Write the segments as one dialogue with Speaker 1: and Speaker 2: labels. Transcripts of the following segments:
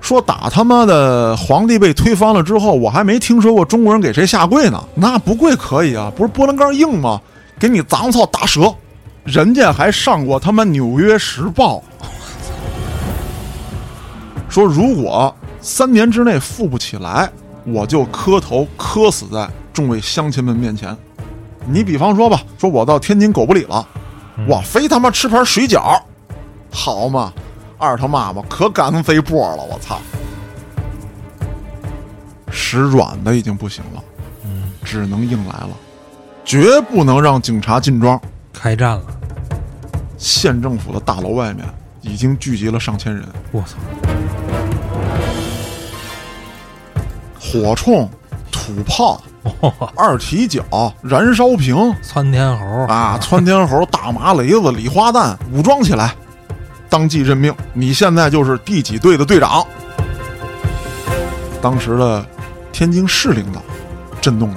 Speaker 1: 说打他妈的皇帝被推翻了之后，我还没听说过中国人给谁下跪呢。那不跪可以啊，不是波棱杆硬吗？给你砸操打折，人家还上过他妈《纽约时报》，说如果三年之内富不起来，我就磕头磕死在众位乡亲们面前。你比方说吧，说我到天津狗不理了，我非他妈吃盘水饺，好嘛，二他妈妈可干飞波了，我操！使软的已经不行了，只能硬来了，绝不能让警察进庄。
Speaker 2: 开战了，
Speaker 1: 县政府的大楼外面已经聚集了上千人，
Speaker 2: 我操，
Speaker 1: 火铳、土炮、二踢脚、燃烧瓶
Speaker 2: 窜天猴
Speaker 1: 啊、窜天猴、大麻雷子、礼花弹，武装起来，当即任命，你现在就是第几队的队长。当时的天津市领导震动了。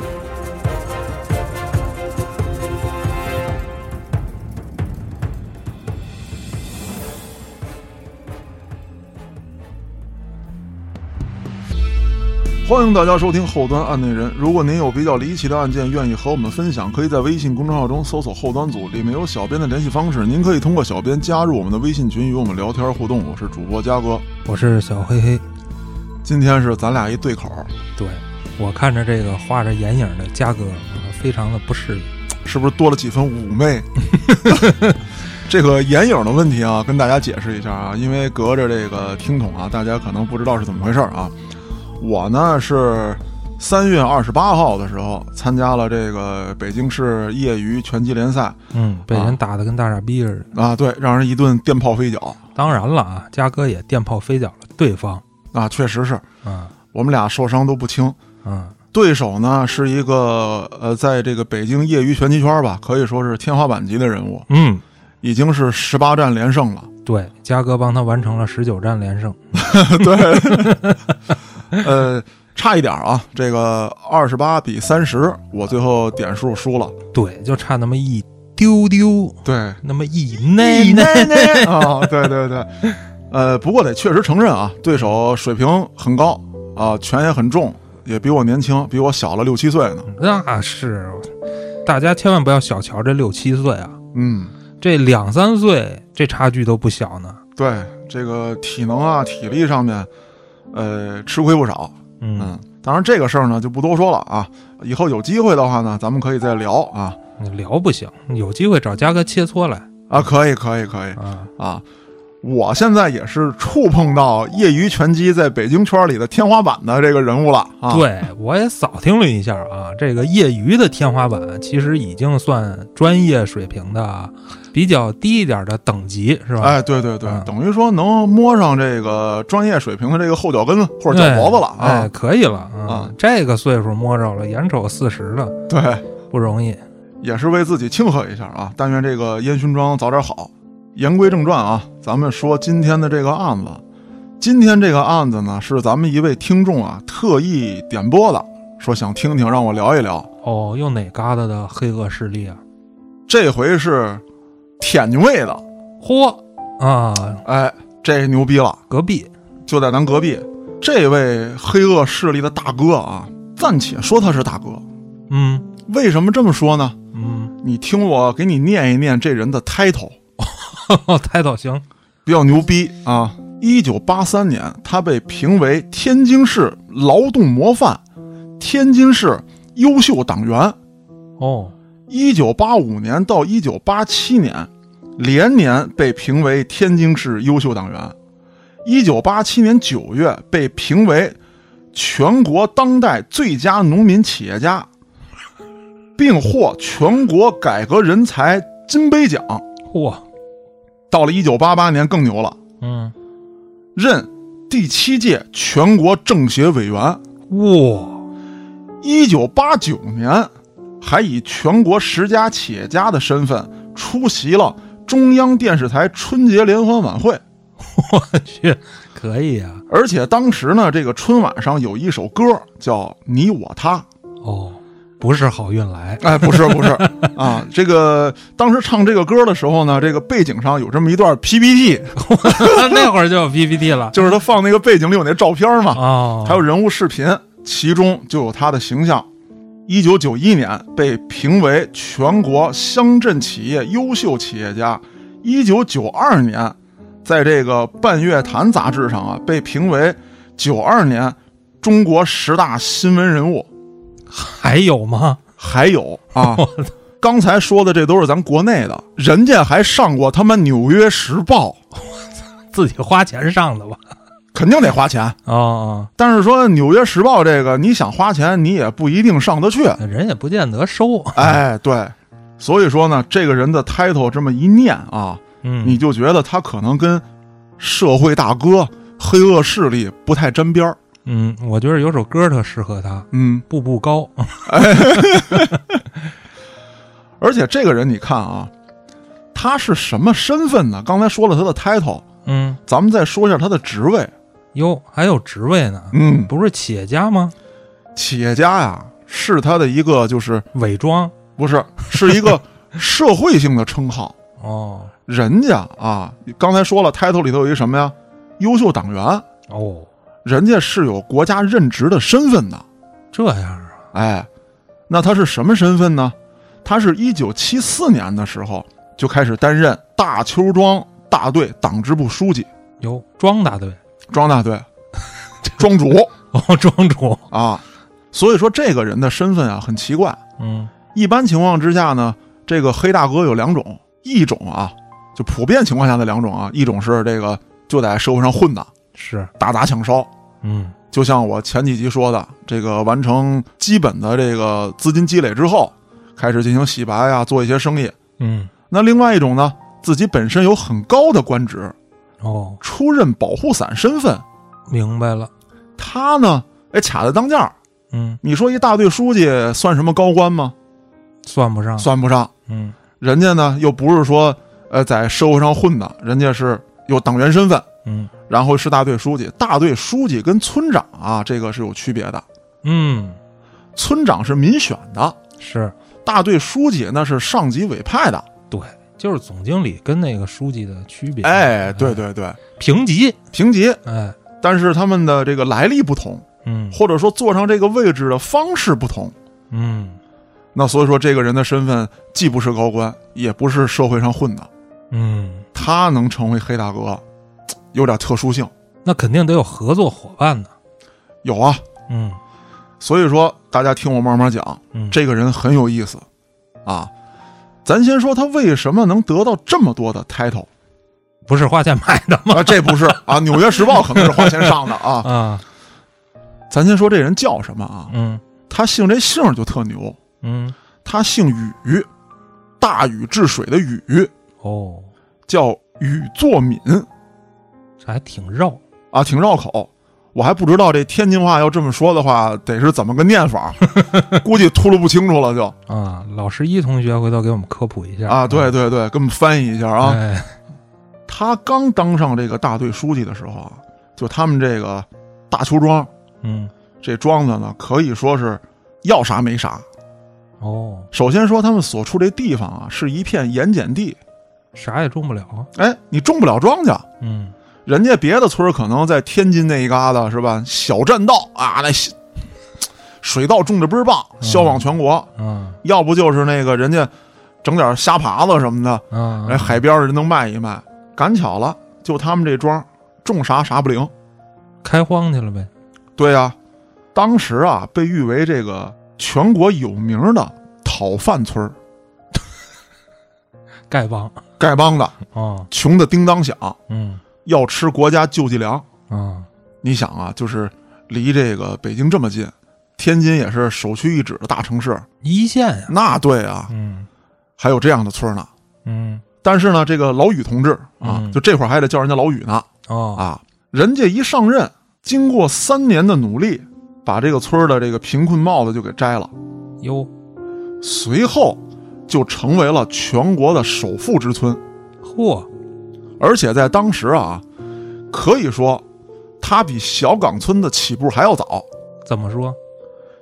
Speaker 1: 欢迎大家收听《后端案内人》。如果您有比较离奇的案件，愿意和我们分享，可以在微信公众号中搜索“后端组”，里面有小编的联系方式。您可以通过小编加入我们的微信群，与我们聊天互动。我是主播嘉哥，
Speaker 2: 我是小黑黑。
Speaker 1: 今天是咱俩一对口，
Speaker 2: 对我看着这个画着眼影的嘉哥，我非常的不适应。
Speaker 1: 是不是多了几分妩媚？ 这个眼影的问题啊，跟大家解释一下啊，因为隔着这个听筒啊，大家可能不知道是怎么回事儿啊。我呢是三月二十八号的时候参加了这个北京市业余拳击联赛
Speaker 2: 嗯，被人打的跟大傻逼似的。
Speaker 1: 啊，对，让人一顿电炮飞脚
Speaker 2: 当然了啊，嘉哥也电炮飞脚了对方。
Speaker 1: 啊，确实是
Speaker 2: 嗯
Speaker 1: 我们俩受伤都不轻。
Speaker 2: 嗯，
Speaker 1: 对手呢是一个呃，在这个北京业余拳击圈吧，可以说是天花板级的人物，
Speaker 2: 嗯，
Speaker 1: 已经是十八战连胜了。
Speaker 2: 对，嘉哥帮他完成了十九战连胜。
Speaker 1: 对，呃，差一点啊，这个二十八比三十，我最后点数输了。
Speaker 2: 对，就差那么一丢丢，
Speaker 1: 对，
Speaker 2: 那么一奶
Speaker 1: 奶
Speaker 2: 奶。
Speaker 1: 奶啊，对对对，呃，不过得确实承认啊，对手水平很高啊、拳也很重，也比我年轻，比我小了六七岁呢。
Speaker 2: 那是，大家千万不要小瞧这六七岁啊，
Speaker 1: 嗯，
Speaker 2: 这两三岁这差距都不小呢。
Speaker 1: 对，这个体能啊、体力上面，呃，吃亏不少。
Speaker 2: 嗯，
Speaker 1: 嗯，当然这个事儿呢就不多说了啊，以后有机会的话呢，咱们可以再聊啊
Speaker 2: 你聊不行，有机会找嘉哥切磋来
Speaker 1: 啊，可以可以可以
Speaker 2: 啊。
Speaker 1: 啊。我现在也是触碰到业余拳击在北京圈里的天花板的这个人物了啊。
Speaker 2: 对，我也扫听了一下啊，这个业余的天花板其实已经算专业水平的比较低一点的等级，是吧？
Speaker 1: 哎，对对对，
Speaker 2: 嗯
Speaker 1: 等于说能摸上这个专业水平的这个后脚跟或者脚
Speaker 2: 对
Speaker 1: 脖子了
Speaker 2: 哎，
Speaker 1: 啊！
Speaker 2: 可以了
Speaker 1: 啊
Speaker 2: 啊，这个岁数摸着了，眼瞅四十了，
Speaker 1: 对，
Speaker 2: 不容易。
Speaker 1: 也是为自己庆贺一下啊！但愿这个烟熏妆早点好。言归正传啊，咱们说今天的这个案子。今天这个案子呢，是咱们一位听众啊特意点播的，说想听听，让我聊一聊。
Speaker 2: 哦，又哪旮瘩的黑恶势力啊？
Speaker 1: 这回是天津卫的，
Speaker 2: 嚯啊，
Speaker 1: 哎，这牛逼了，
Speaker 2: 隔壁
Speaker 1: 就在咱隔壁。这位黑恶势力的大哥啊，暂且说他是大哥，
Speaker 2: 嗯
Speaker 1: 为什么这么说呢？
Speaker 2: 嗯，
Speaker 1: 你听我给你念一念这人的 title，
Speaker 2: 抬头行，
Speaker 1: 比较牛逼啊！一九八三年，他被评为天津市劳动模范、天津市优秀党员。
Speaker 2: 哦，
Speaker 1: 一九八五年到一九八七年，连年被评为天津市优秀党员。一九八七年九月，被评为全国当代最佳农民企业家，并获全国改革人才金杯奖。
Speaker 2: 嚯，
Speaker 1: 到了一九八八年更牛了，
Speaker 2: 嗯，
Speaker 1: 任第七届全国政协委员。
Speaker 2: 哇，
Speaker 1: 一九八九年，还以全国十佳企业家的身份出席了中央电视台春节联欢晚会。
Speaker 2: 我去，可以啊，
Speaker 1: 而且当时呢，这个春晚上有一首歌叫《你我他》，
Speaker 2: 哦，不是好运 来，
Speaker 1: 哎，不是不是 啊，这个当时唱这个歌的时候呢，这个背景上有这么一段 PPT，
Speaker 2: 那会儿就有 PPT 了
Speaker 1: 就是他放那个背景里有那照片嘛，
Speaker 2: 哦，
Speaker 1: 还有人物视频，其中就有他的形象。一九九一年被评为全国乡镇企业优秀企业家。一九九二年，在这个《半月谈》杂志上啊，被评为九二年中国十大新闻人物。
Speaker 2: 还有吗？
Speaker 1: 还有啊，刚才说的这都是咱国内的，人家还上过他妈《纽约时报》，
Speaker 2: 自己花钱上的吧？
Speaker 1: 肯定得花钱。
Speaker 2: 哦，
Speaker 1: 但是说《纽约时报》这个，你想花钱，你也不一定上得去。
Speaker 2: 那人也不见得收，
Speaker 1: 哎，对，所以说呢，这个人的 title 这么一念啊，
Speaker 2: 嗯，
Speaker 1: 你就觉得他可能跟社会大哥、黑恶势力不太沾边儿。
Speaker 2: 嗯，我觉得有首歌特适合他，《
Speaker 1: 嗯，
Speaker 2: 步步高》
Speaker 1: 而且这个人，你看啊，他是什么身份呢？刚才说了他的 title，
Speaker 2: 嗯，
Speaker 1: 咱们再说一下他的职位。
Speaker 2: 哟，还有职位呢，
Speaker 1: 嗯，
Speaker 2: 不是企业家吗？
Speaker 1: 企业家呀，是他的一个就是
Speaker 2: 伪装
Speaker 1: 不是是一 个社会性的称号。
Speaker 2: 哦
Speaker 1: 人家啊，刚才说了，title 里头有一什么呀？优秀党员，
Speaker 2: 哦，
Speaker 1: 人家是有国家任职的身份的。
Speaker 2: 这样啊，
Speaker 1: 哎，那他是什么身份呢？他是一九七四年的时候就开始担任大邱庄大队党支部书记，
Speaker 2: 哟，庄大队
Speaker 1: 庄大队庄主
Speaker 2: 哦，庄主，
Speaker 1: 啊。所以说，这个人的身份啊很奇怪。
Speaker 2: 嗯
Speaker 1: 一般情况之下呢，这个黑大哥有两种，一种啊，就普遍情况下的两种啊，一种是这个就在社会上混的，
Speaker 2: 是，
Speaker 1: 打砸抢烧，
Speaker 2: 嗯
Speaker 1: 就像我前几集说的，这个完成基本的这个资金积累之后，开始进行洗白啊，做一些生意。
Speaker 2: 嗯
Speaker 1: 那另外一种呢，自己本身有很高的官职，
Speaker 2: 哦，
Speaker 1: 出任保护伞身份，
Speaker 2: 明白了，
Speaker 1: 他呢，哎，卡在当间儿。
Speaker 2: 嗯，
Speaker 1: 你说一大队书记算什么高官吗？
Speaker 2: 算不上，
Speaker 1: 算不上。
Speaker 2: 嗯
Speaker 1: 人家呢，又不是说呃在社会上混的，人家是有党员身份，
Speaker 2: 嗯
Speaker 1: 然后是大队书记。大队书记跟村长啊，这个是有区别的。
Speaker 2: 嗯，
Speaker 1: 村长是民选的，
Speaker 2: 是，
Speaker 1: 大队书记那是上级委派的。
Speaker 2: 对，就是总经理跟那个书记的区别，
Speaker 1: 哎，对，对对，
Speaker 2: 评级，
Speaker 1: 评级，
Speaker 2: 哎，
Speaker 1: 但是他们的这个来历不同，
Speaker 2: 嗯
Speaker 1: 或者说坐上这个位置的方式不同。
Speaker 2: 嗯
Speaker 1: 那所以说，这个人的身份既不是高官，也不是社会上混的，
Speaker 2: 嗯，
Speaker 1: 他能成为黑大哥，嘖有点特殊性。
Speaker 2: 那肯定得有合作伙伴呢，
Speaker 1: 有啊，
Speaker 2: 嗯
Speaker 1: 所以说大家听我慢慢讲，
Speaker 2: 嗯，
Speaker 1: 这个人很有意思啊。咱先说他为什么能得到这么多的 title
Speaker 2: 不是花钱买的吗？
Speaker 1: 啊？这不是啊，《纽约时报》可能是花钱上的啊。
Speaker 2: 啊，
Speaker 1: 咱先说这人叫什么啊？
Speaker 2: 嗯
Speaker 1: 他姓这姓儿就特牛，
Speaker 2: 嗯，
Speaker 1: 他姓禹，大禹治水的禹，
Speaker 2: 哦，
Speaker 1: 叫禹作敏
Speaker 2: 这还挺绕，
Speaker 1: 啊，挺绕口。我还不知道这天津话要这么说的话得是怎么个念法， 估计秃噜不清楚了就
Speaker 2: 啊，老师一同学回头给我们科普一下嗯
Speaker 1: 啊。对对对，给我们翻译一下啊。
Speaker 2: 哎，
Speaker 1: 他刚当上这个大队书记的时候啊，就他们这个大邱庄
Speaker 2: 嗯，
Speaker 1: 这庄子呢，可以说是要啥没啥。
Speaker 2: 哦，
Speaker 1: 首先说他们所处这地方啊，是一片盐碱地，
Speaker 2: 啥也种不了，
Speaker 1: 哎，你种不了庄稼。
Speaker 2: 嗯，
Speaker 1: 人家别的村儿可能在天津那一旮瘩是吧？小栈道啊，那小水稻种的倍儿棒，销往全国。
Speaker 2: 啊
Speaker 1: 要不就是那个人家整点虾爬子什么的，
Speaker 2: 啊，
Speaker 1: 哎，海边儿人能卖一卖。赶巧了，就他们这庄儿种啥啥不灵。
Speaker 2: 开荒去了呗，
Speaker 1: 对呀、当时啊被誉为这个全国有名的讨饭村儿，
Speaker 2: 丐帮，
Speaker 1: 丐帮的
Speaker 2: 哦，
Speaker 1: 穷的叮当响，
Speaker 2: 嗯
Speaker 1: 要吃国家救济粮。
Speaker 2: 啊，
Speaker 1: 你想啊，就是离这个北京这么近，天津也是首屈一指的大城市，
Speaker 2: 一线呀，
Speaker 1: 那对啊，
Speaker 2: 嗯
Speaker 1: 还有这样的村儿呢。
Speaker 2: 嗯，
Speaker 1: 但是呢，这个老禹同志啊，
Speaker 2: 嗯
Speaker 1: 就这会儿还得叫人家老禹呢
Speaker 2: 哦，
Speaker 1: 啊。人家一上任，经过三年的努力，把这个村儿的这个贫困帽子就给摘了，
Speaker 2: 哟，
Speaker 1: 随后就成为了全国的首富之村。
Speaker 2: 嚯，
Speaker 1: 而且在当时啊，可以说他比小岗村的起步还要早。
Speaker 2: 怎么说？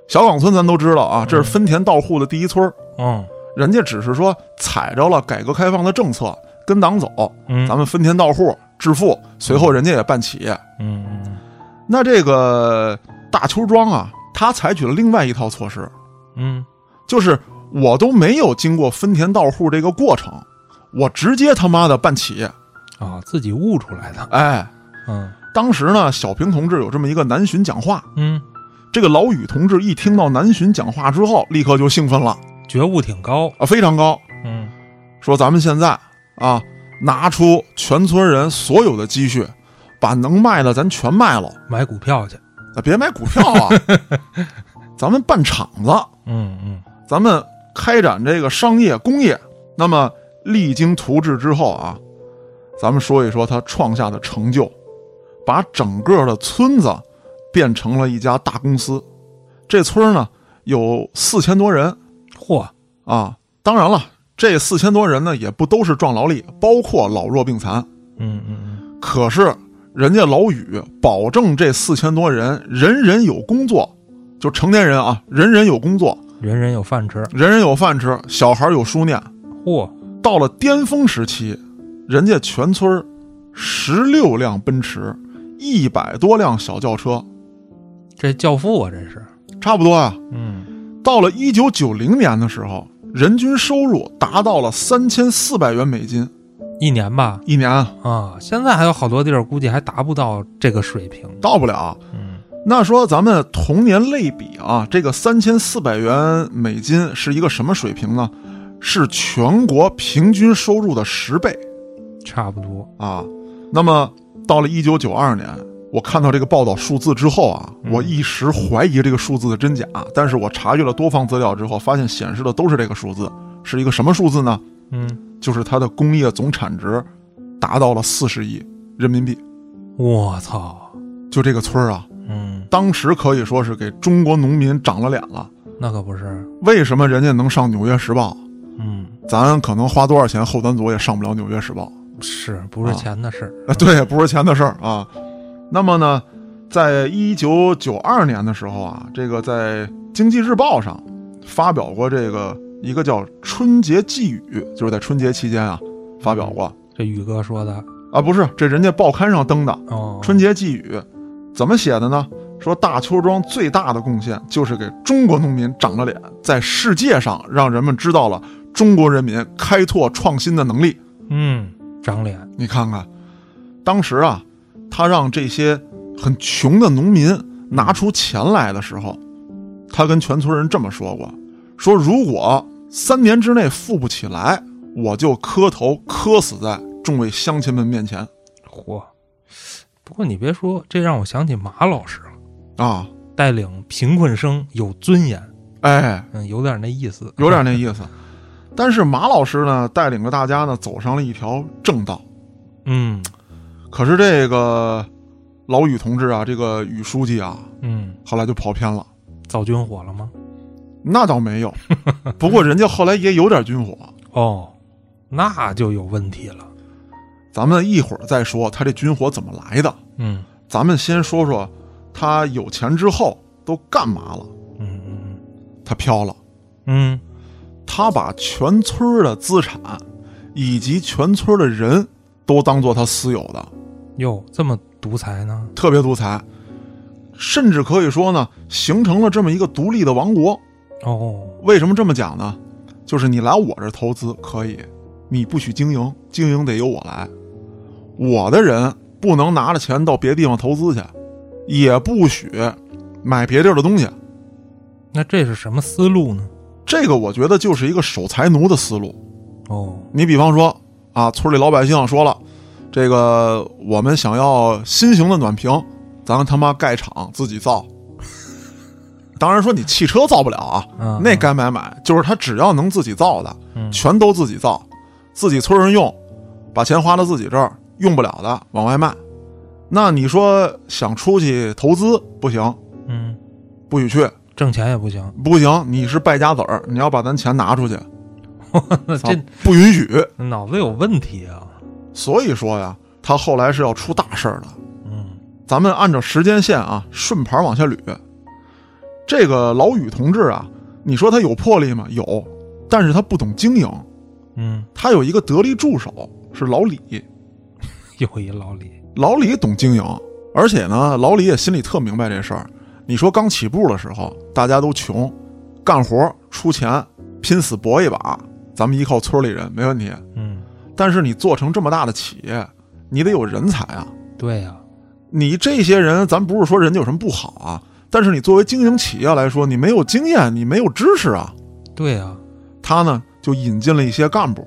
Speaker 1: 小岗村咱都知道啊，这是分田到户的第一村儿，
Speaker 2: 嗯
Speaker 1: 人家只是说踩着了改革开放的政策，跟党走，
Speaker 2: 嗯，
Speaker 1: 咱们分田到户致富，随后人家也办企业。
Speaker 2: 嗯嗯
Speaker 1: 那这个大邱庄啊，他采取了另外一套措施，
Speaker 2: 嗯
Speaker 1: 就是我都没有经过分田到户这个过程，我直接他妈的办企业。
Speaker 2: 啊，自己悟出来的，
Speaker 1: 哎，
Speaker 2: 嗯
Speaker 1: 当时呢，小平同志有这么一个南巡讲话，
Speaker 2: 嗯，
Speaker 1: 这个老宇同志一听到南巡讲话之后，立刻就兴奋了
Speaker 2: 觉悟挺高，
Speaker 1: 啊，非常高，
Speaker 2: 嗯
Speaker 1: 说咱们现在啊，拿出全村人所有的积蓄，把能卖的咱全卖了，
Speaker 2: 买股票去，
Speaker 1: 啊，别买股票啊，咱们办厂子，
Speaker 2: 嗯嗯
Speaker 1: 咱们开展这个商业工业。那么励精图治之后啊，咱们说一说他创下的成就，把整个的村子变成了一家大公司。这村儿呢有四千多人
Speaker 2: 嚯，
Speaker 1: 啊，当然了，这四千多人呢也不都是壮劳力，包括老弱病残。
Speaker 2: 嗯嗯
Speaker 1: 可是人家老宇保证这四千多人人人有工作，就成年人啊，人人有工作，
Speaker 2: 嗯，人人有饭吃，
Speaker 1: 人人有饭吃，小孩有书念。
Speaker 2: 嚯，
Speaker 1: 到了巅峰时期，人家全村十六辆奔驰，一百多辆小轿车，
Speaker 2: 这教父啊，这是，
Speaker 1: 差不多啊。
Speaker 2: 嗯
Speaker 1: 到了一九九零年的时候，人均收入达到了三千四百元美金
Speaker 2: 一年吧，
Speaker 1: 一年啊，
Speaker 2: 啊，现在还有好多地儿估计还达不到这个水平，
Speaker 1: 到不了。啊
Speaker 2: 嗯
Speaker 1: 那说咱们同年类比啊，这个三千四百元美金是一个什么水平呢？是全国平均收入的十倍
Speaker 2: 差不多，
Speaker 1: 啊。那么到了一九九二年，我看到这个报道数字之后啊，我一时怀疑这个数字的真假，但是我查阅了多方资料之后，发现显示的都是这个数字，是一个什么数字呢？
Speaker 2: 嗯，
Speaker 1: 就是它的工业总产值达到了四十亿人民币。
Speaker 2: 我操，
Speaker 1: 就这个村儿啊，
Speaker 2: 嗯，
Speaker 1: 当时可以说是给中国农民长了脸了。
Speaker 2: 那可不是，
Speaker 1: 为什么人家能上《纽约时报》，
Speaker 2: 嗯，
Speaker 1: 咱可能花多少钱后端组也上不了《纽约时报
Speaker 2: 是不是
Speaker 1: 啊
Speaker 2: 钱的事儿？》
Speaker 1: 啊？对，不是钱的事儿啊。那么呢，在一九九二年的时候啊，这个在《经济日报》上发表过这个一个叫“春节寄语”，就是在春节期间啊发表过
Speaker 2: 这宇哥说的，
Speaker 1: 啊，不是这人家报刊上登的
Speaker 2: 哦，
Speaker 1: 春节寄语，怎么写的呢？说大邱庄最大的贡献就是给中国农民长了脸，在世界上让人们知道了中国人民开拓创新的能力。
Speaker 2: 嗯，长脸，
Speaker 1: 你看看，当时啊，他让这些很穷的农民拿出钱来的时候，他跟全村人这么说过：说如果三年之内富不起来，我就磕头磕死在众位乡亲们面前
Speaker 2: 嚯！不过你别说，这让我想起马老师了，
Speaker 1: 啊！
Speaker 2: 带领贫困生有尊严，
Speaker 1: 哎，
Speaker 2: 嗯，有点那意思，
Speaker 1: 有点那意思。但是马老师呢，带领着大家呢走上了一条正道。
Speaker 2: 嗯
Speaker 1: 可是这个老宇同志啊，这个宇书记啊，
Speaker 2: 嗯，
Speaker 1: 后来就跑偏了。
Speaker 2: 造军火了吗？
Speaker 1: 那倒没有，不过人家后来也有点军火，
Speaker 2: 哦，那就有问题了，
Speaker 1: 咱们一会儿再说他这军火怎么来的。
Speaker 2: 嗯
Speaker 1: 咱们先说说他有钱之后都干嘛了？
Speaker 2: 嗯嗯
Speaker 1: 他飘了，
Speaker 2: 嗯，
Speaker 1: 他把全村的资产以及全村的人都当做他私有的，
Speaker 2: 哟，这么独裁呢？
Speaker 1: 特别独裁，甚至可以说呢，形成了这么一个独立的王国。
Speaker 2: 哦，
Speaker 1: 为什么这么讲呢？就是你来我这儿投资可以，你不许经营，经营得由我来，我的人不能拿着钱到别地方投资去，也不许买别地儿的东西。
Speaker 2: 那这是什么思路呢？
Speaker 1: 这个我觉得就是一个守财奴的思路。
Speaker 2: 哦，
Speaker 1: 你比方说啊，村里老百姓说了，这个我们想要新型的暖瓶，咱他妈盖厂自己造。当然说你汽车造不了啊，
Speaker 2: 嗯，
Speaker 1: 那该买买，就是他只要能自己造的，
Speaker 2: 嗯
Speaker 1: 全都自己造，自己村人用，把钱花到自己这儿，用不了的往外卖。那你说想出去投资不行，
Speaker 2: 嗯，
Speaker 1: 不许去，
Speaker 2: 挣钱也 不行，
Speaker 1: 不行，你是败家子儿，你要把咱钱拿出去，
Speaker 2: 那
Speaker 1: 操
Speaker 2: 这
Speaker 1: 不允许。
Speaker 2: 脑子有问题啊！
Speaker 1: 所以说呀，他后来是要出大事儿的。
Speaker 2: 嗯
Speaker 1: 咱们按照时间线啊，顺盘往下捋。这个老宇同志啊，你说他有魄力吗？有，但是他不懂经营。
Speaker 2: 嗯，
Speaker 1: 他有一个得力助手是老李，
Speaker 2: 又一老李，
Speaker 1: 老李懂经营，而且呢，老李也心里特明白这事儿。你说刚起步的时候，大家都穷，干活出钱，拼死搏一把，咱们依靠村里人没问题。
Speaker 2: 嗯，
Speaker 1: 但是你做成这么大的企业，你得有人才啊！
Speaker 2: 对呀、
Speaker 1: 你这些人，咱不是说人家有什么不好啊，但是你作为经营企业来说，你没有经验，你没有知识啊。
Speaker 2: 对呀、
Speaker 1: 他呢就引进了一些干部，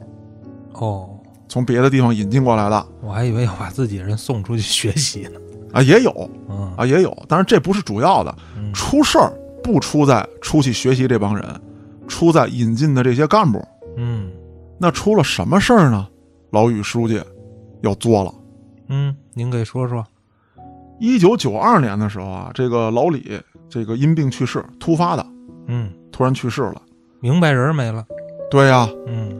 Speaker 2: 哦，
Speaker 1: 从别的地方引进过来的
Speaker 2: 我还以为要把自己人送出去学习 呢。
Speaker 1: 啊，也有
Speaker 2: 嗯，
Speaker 1: 啊，也有，但是这不是主要的。
Speaker 2: 嗯
Speaker 1: 出事儿不出在出去学习这帮人，出在引进的这些干部。
Speaker 2: 嗯
Speaker 1: 那出了什么事儿呢？老宇书记要作了。
Speaker 2: 嗯，您给说说。
Speaker 1: 一九九二年的时候啊，这个老李这个因病去世，突发的，
Speaker 2: 嗯，
Speaker 1: 突然去世了。
Speaker 2: 明白人儿没了。
Speaker 1: 对呀、
Speaker 2: 嗯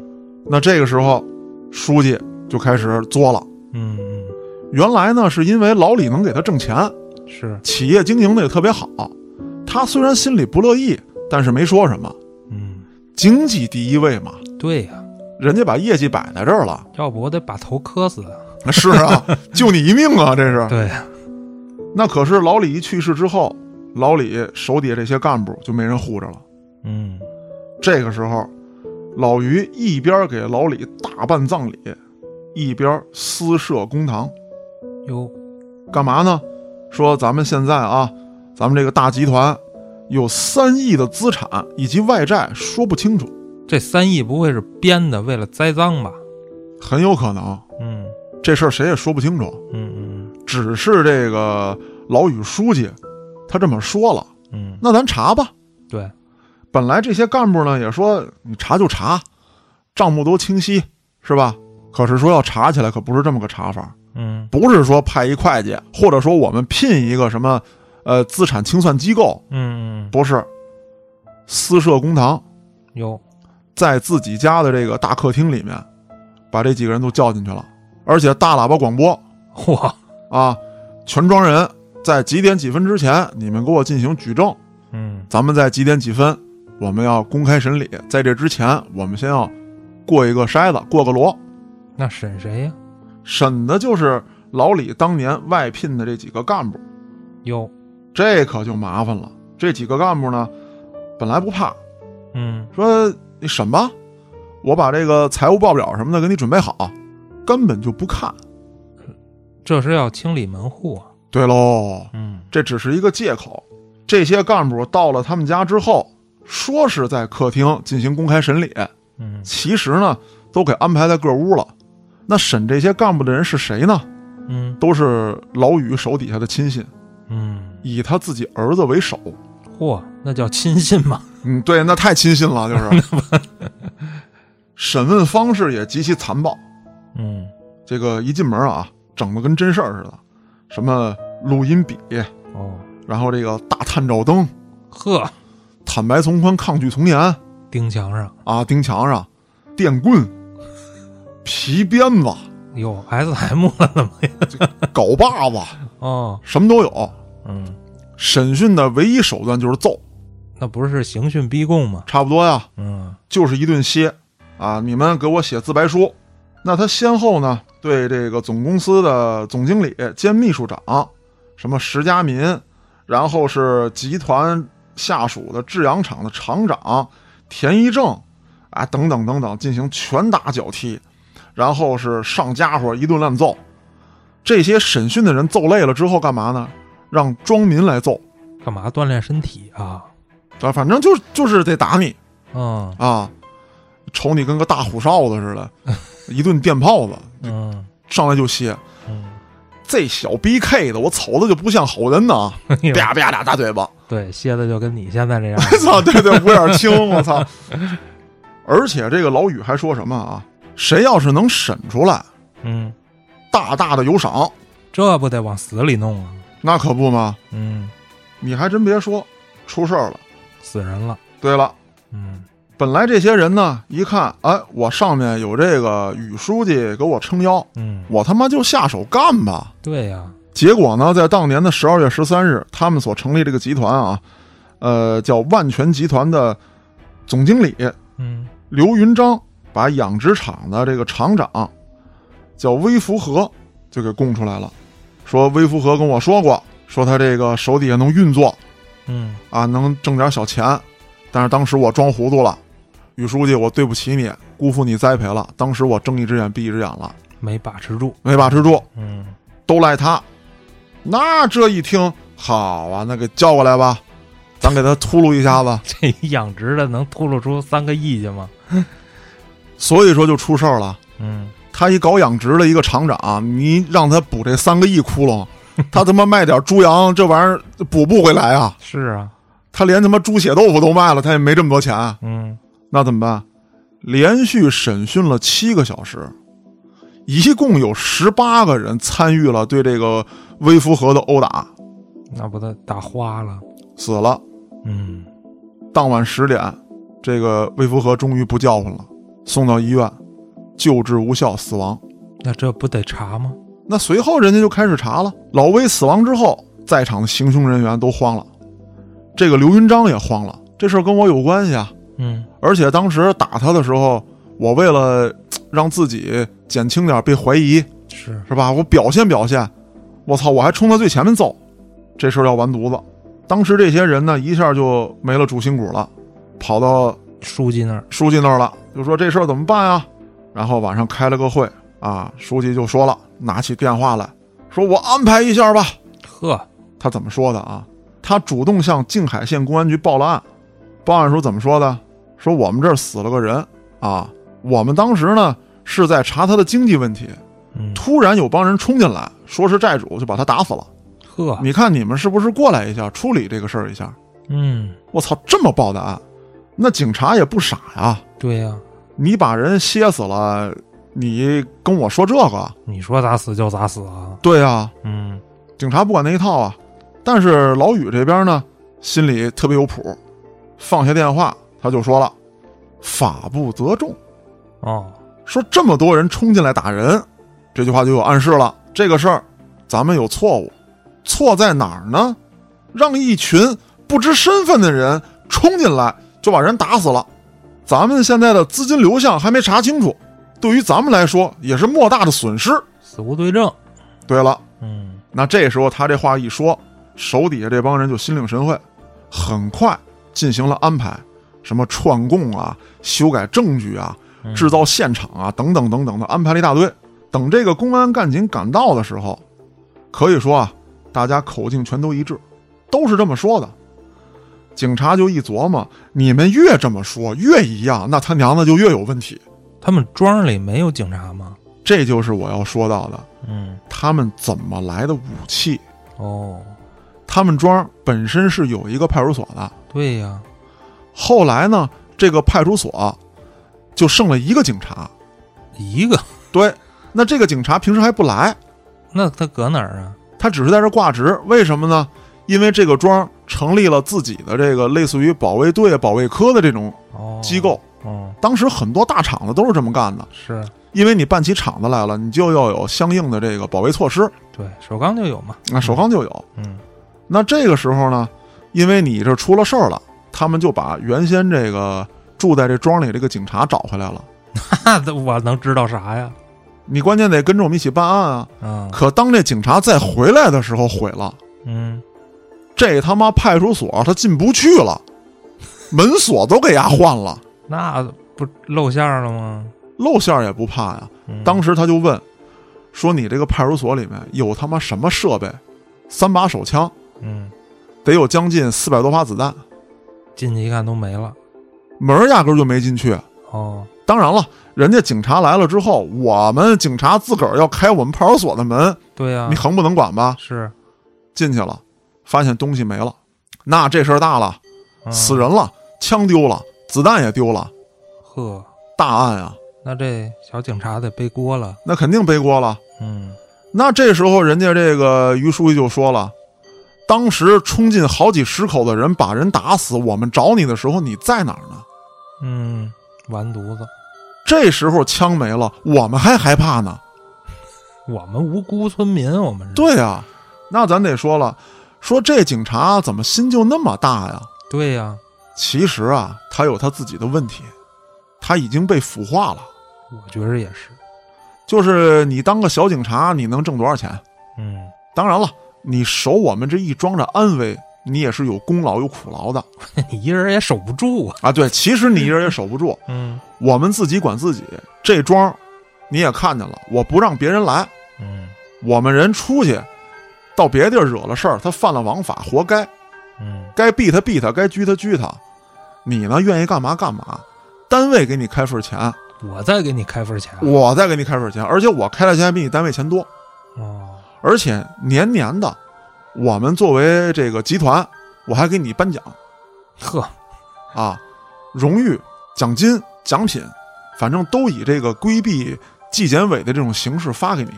Speaker 1: 那这个时候书记就开始作了。
Speaker 2: 嗯嗯，
Speaker 1: 原来呢，是因为老李能给他挣钱，
Speaker 2: 是，
Speaker 1: 企业经营的也特别好。他虽然心里不乐意，但是没说什么。
Speaker 2: 嗯，
Speaker 1: 经济第一位嘛，
Speaker 2: 对呀、
Speaker 1: 人家把业绩摆在这儿了，
Speaker 2: 要不我得把头磕死。
Speaker 1: 那是啊，救你一命啊，这是。
Speaker 2: 对呀、
Speaker 1: 那可是老李一去世之后，老李手底下这些干部就没人护着了。
Speaker 2: 嗯，
Speaker 1: 这个时候，老于一边给老李大办葬礼，一边私设公堂，
Speaker 2: 哟，
Speaker 1: 干嘛呢？说咱们现在啊，咱们这个大集团有三亿的资产以及外债，说不清楚，
Speaker 2: 这三亿不会是编的，为了栽赃吧？
Speaker 1: 很有可能
Speaker 2: 嗯
Speaker 1: 这事儿谁也说不清楚，
Speaker 2: 嗯嗯
Speaker 1: 只是这个老宇书记他这么说了，
Speaker 2: 嗯，
Speaker 1: 那咱查吧。
Speaker 2: 对，
Speaker 1: 本来这些干部呢也说你查就查，账目都清晰，是吧？可是说要查起来可不是这么个查法，
Speaker 2: 嗯
Speaker 1: 不是说派一会计，或者说我们聘一个什么呃资产清算机构，
Speaker 2: 嗯嗯，
Speaker 1: 不是，私设公堂，
Speaker 2: 哟，
Speaker 1: 在自己家的这个大客厅里面，把这几个人都叫进去了，而且大喇叭广播
Speaker 2: 嚯，
Speaker 1: 啊，全庄人在几点几分之前，你们给我进行举证，
Speaker 2: 嗯
Speaker 1: 咱们在几点几分，我们要公开审理。在这之前，我们先要过一个筛子，过个锣，
Speaker 2: 那审谁呀、
Speaker 1: 审的就是老李当年外聘的这几个干部。
Speaker 2: 哟，
Speaker 1: 这可就麻烦了。这几个干部呢，本来不怕，
Speaker 2: 嗯
Speaker 1: 说你审吧，我把这个财务报表什么的给你准备好，根本就不看。
Speaker 2: 这是要清理门户啊。
Speaker 1: 对喽，
Speaker 2: 嗯
Speaker 1: 这只是一个借口。这些干部到了他们家之后，说是在客厅进行公开审理，
Speaker 2: 嗯
Speaker 1: 其实呢，都给安排在各屋了。那审这些干部的人是谁呢？
Speaker 2: 嗯
Speaker 1: 都是老宇手底下的亲信，
Speaker 2: 嗯，
Speaker 1: 以他自己儿子为首。
Speaker 2: 嚯，那叫亲信嘛。
Speaker 1: 嗯，对，那太亲信了，就是。审问方式也极其残暴，
Speaker 2: 嗯，
Speaker 1: 这个一进门啊，整的跟真事儿似的，什么录音笔，
Speaker 2: 哦，
Speaker 1: 然后这个大探照灯，
Speaker 2: 呵，
Speaker 1: 坦白从宽，抗拒从严，
Speaker 2: 钉墙上。
Speaker 1: 啊，钉墙上，电棍，皮鞭子，
Speaker 2: 有 S M 了怎么？
Speaker 1: 镐把子，
Speaker 2: 哦，
Speaker 1: 什么都有。
Speaker 2: 嗯，
Speaker 1: 审讯的唯一手段就是揍，
Speaker 2: 那不是刑讯逼供吗？
Speaker 1: 差不多呀，
Speaker 2: 嗯
Speaker 1: 就是一顿歇啊！你们给我写自白书。那他先后呢，对这个总公司的总经理兼秘书长，什么石家民，然后是集团下属的制洋厂的厂长田一正啊，等等等等，进行拳打脚踢，然后是上家伙一顿乱揍。这些审讯的人揍累了之后干嘛呢？让庄民来揍
Speaker 2: 干嘛锻炼身体啊？
Speaker 1: 啊，反正就是就是得打你。
Speaker 2: 嗯
Speaker 1: 啊，瞅你跟个大虎哨子似的，一顿电炮子
Speaker 2: 嗯
Speaker 1: 上来就歇。
Speaker 2: 嗯，
Speaker 1: 这小逼 K 的，我瞅着就不像好人呐，
Speaker 2: 哎呦
Speaker 1: 啪啪俩大嘴巴，
Speaker 2: 对，蝎子就跟你现在这 样。
Speaker 1: 我操，对对，五眼青，我操！而且这个老宇还说什么啊？谁要是能审出来，
Speaker 2: 嗯，
Speaker 1: 大大的有赏，
Speaker 2: 这不得往死里弄啊？
Speaker 1: 那可不嘛！
Speaker 2: 嗯，
Speaker 1: 你还真别说，出事儿了。
Speaker 2: 死人了。
Speaker 1: 对了，
Speaker 2: 嗯
Speaker 1: 本来这些人呢，一看，哎，我上面有这个宇书记给我撑腰，
Speaker 2: 嗯，
Speaker 1: 我他妈就下手干吧。
Speaker 2: 对呀、
Speaker 1: 结果呢，在当年的十二月十三日，他们所成立这个集团啊，呃，叫万全集团的总经理
Speaker 2: 嗯
Speaker 1: 刘云章把养殖场的这个厂长叫微福和就给供出来了，说微福和跟我说过，说他这个手底下能运作
Speaker 2: 嗯
Speaker 1: 啊，能挣点小钱，但是当时我装糊涂了，宇书记，我对不起你，辜负你栽培了，当时我睁一只眼闭一只眼了，
Speaker 2: 没把持住，
Speaker 1: 没把持住，
Speaker 2: 嗯
Speaker 1: 都赖他。那这一听，好啊，那给叫过来吧，咱给他秃噜一下子。
Speaker 2: 这养殖的能秃噜出三个亿去吗？
Speaker 1: 所以说就出事儿了。
Speaker 2: 嗯，
Speaker 1: 他一搞养殖的一个厂长，你让他补这三个亿窟窿，他他妈卖点猪羊这玩意儿补不回来啊！
Speaker 2: 是啊，
Speaker 1: 他连他妈猪血豆腐都卖了，他也没这么多钱，
Speaker 2: 嗯
Speaker 1: 那怎么办？连续审讯了七个小时，一共有十八个人参与了对这个微福和的殴打，
Speaker 2: 那不得打花了？
Speaker 1: 死了。
Speaker 2: 嗯
Speaker 1: 当晚十点，这个魏福和终于不叫唤了，送到医院，救治无效死亡。
Speaker 2: 那这不得查吗？
Speaker 1: 那随后人家就开始查了，老魏死亡之后，在场的行凶人员都慌了，这个刘云章也慌了，这事儿跟我有关系啊！
Speaker 2: 嗯
Speaker 1: 而且当时打他的时候，我为了嘖让自己减轻点被怀疑，
Speaker 2: 是，
Speaker 1: 是吧？我表现表现，我操，我还冲他最前面揍，这事儿要完犊子。当时这些人呢，一下就没了主心骨了，跑到
Speaker 2: 书记那儿，
Speaker 1: 书记那儿了，就说这事儿怎么办啊？然后晚上开了个会啊，书记就说了，拿起电话来说：“我安排一下吧。
Speaker 2: 呵，”
Speaker 1: 他怎么说的啊？他主动向静海县公安局报了案，报案时候怎么说的？说我们这儿死了个人啊，我们当时呢是在查他的经济问题，
Speaker 2: 嗯
Speaker 1: 突然有帮人冲进来，说是债主，就把他打死了。
Speaker 2: 呵，
Speaker 1: 你看你们是不是过来一下处理这个事儿一下？
Speaker 2: 嗯，
Speaker 1: 我操，这么报的案，那警察也不傻呀、
Speaker 2: 对呀、
Speaker 1: 你把人歇死了，你跟我说这个？
Speaker 2: 你说咋死就咋死啊？
Speaker 1: 对啊，
Speaker 2: 嗯
Speaker 1: 警察不管那一套啊。但是老宇这边呢，心里特别有谱，放下电话他就说了：“法不责众。
Speaker 2: 哦，”
Speaker 1: 说这么多人冲进来打人，这句话就有暗示了。这个事儿咱们有错误，错在哪儿呢？让一群不知身份的人冲进来就把人打死了。咱们现在的资金流向还没查清楚，对于咱们来说也是莫大的损失。
Speaker 2: 死无对证。
Speaker 1: 对了，
Speaker 2: 嗯
Speaker 1: 那这时候他这话一说，手底下这帮人就心领神会，很快进行了安排，什么串供啊、修改证据啊、
Speaker 2: 嗯
Speaker 1: 制造现场啊等等等等的，安排了一大堆。等这个公安干警赶到的时候，可以说啊，大家口径全都一致，都是这么说的。警察就一琢磨，你们越这么说越一样，那他娘的就越有问题。
Speaker 2: 他们庄里没有警察吗？
Speaker 1: 这就是我要说到的，
Speaker 2: 嗯，
Speaker 1: 他们怎么来的武器。
Speaker 2: 哦，
Speaker 1: 他们庄本身是有一个派出所的，
Speaker 2: 对呀、
Speaker 1: 后来呢，这个派出所就剩了一个警察。
Speaker 2: 一个，
Speaker 1: 对，那这个警察平时还不来，
Speaker 2: 那他搁哪儿啊？
Speaker 1: 他只是在这挂职。为什么呢？因为这个庄成立了自己的这个类似于保卫队、保卫科的这种
Speaker 2: 哦，
Speaker 1: 机构。，
Speaker 2: 嗯，
Speaker 1: 当时很多大厂子都是这么干的，
Speaker 2: 是
Speaker 1: 因为你办起厂子来了，你就要有相应的这个保卫措施。
Speaker 2: 对，首钢就有嘛。
Speaker 1: 那首钢就有。
Speaker 2: 嗯，
Speaker 1: 那这个时候呢，因为你这出了事儿了，他们就把原先这个住在这庄里这个警察找回来了。
Speaker 2: 那 我能知道啥呀？
Speaker 1: 你关键得跟着我们一起办案啊！
Speaker 2: 嗯
Speaker 1: 可当这警察再回来的时候，毁了，
Speaker 2: 嗯，
Speaker 1: 这他妈派出所他进不去了，门锁都给丫换了，
Speaker 2: 那不露馅儿了吗？
Speaker 1: 露馅儿也不怕呀。
Speaker 2: 嗯、
Speaker 1: 当时他就问，说你这个派出所里面有他妈什么设备？三把手枪，
Speaker 2: 嗯
Speaker 1: 得有将近四百多发子弹，
Speaker 2: 进去一看都没了。
Speaker 1: 门儿压根儿就没进去。
Speaker 2: 哦，
Speaker 1: 当然了，人家警察来了之后，我们警察自个儿要开我们派出所的门，
Speaker 2: 对呀、
Speaker 1: 你横不能管吧？
Speaker 2: 是、
Speaker 1: 进去了，发现东西没了，那这事儿大了，
Speaker 2: 嗯、
Speaker 1: 死人了，枪丢了，子弹也丢了，
Speaker 2: 呵，
Speaker 1: 大案啊，
Speaker 2: 那这小警察得背锅了。
Speaker 1: 那肯定背锅了。
Speaker 2: 嗯，
Speaker 1: 那这时候，人家这个于书记就说了，当时冲进好几十口的人把人打死，我们找你的时候你在哪儿呢？
Speaker 2: 嗯，完犊子，
Speaker 1: 这时候枪没了，我们还害怕呢。
Speaker 2: 我们无辜村民，我们是
Speaker 1: 啊对呀、那咱得说了，说这警察怎么心就那么大呀？
Speaker 2: 对呀、
Speaker 1: 其实啊，他有他自己的问题，他已经被腐化了。
Speaker 2: 我觉着也是。
Speaker 1: 就是你当个小警察，你能挣多少钱？
Speaker 2: 嗯，
Speaker 1: 当然了，你守我们这一庄的安危，你也是有功劳有苦劳的
Speaker 2: 你一人也守不住啊。
Speaker 1: 啊。对，其实你一人也守不住，
Speaker 2: 嗯
Speaker 1: 我们自己管自己。这庄你也看见了，我不让别人来，
Speaker 2: 嗯
Speaker 1: 我们人出去到别地儿惹了事儿，他犯了王法，活该。
Speaker 2: 嗯，
Speaker 1: 该毙他毙他，该拘他拘他。你呢，愿意干嘛干嘛。单位给你开份儿钱，
Speaker 2: 我再给你开份钱。
Speaker 1: 我再给你开份儿钱，而且我开的钱还比你单位钱多，
Speaker 2: 哦，
Speaker 1: 而且年年的，我们作为这个集团，我还给你颁奖
Speaker 2: 呵，
Speaker 1: 啊，荣誉、奖金、奖品，反正都以这个规避纪检委的这种形式发给你。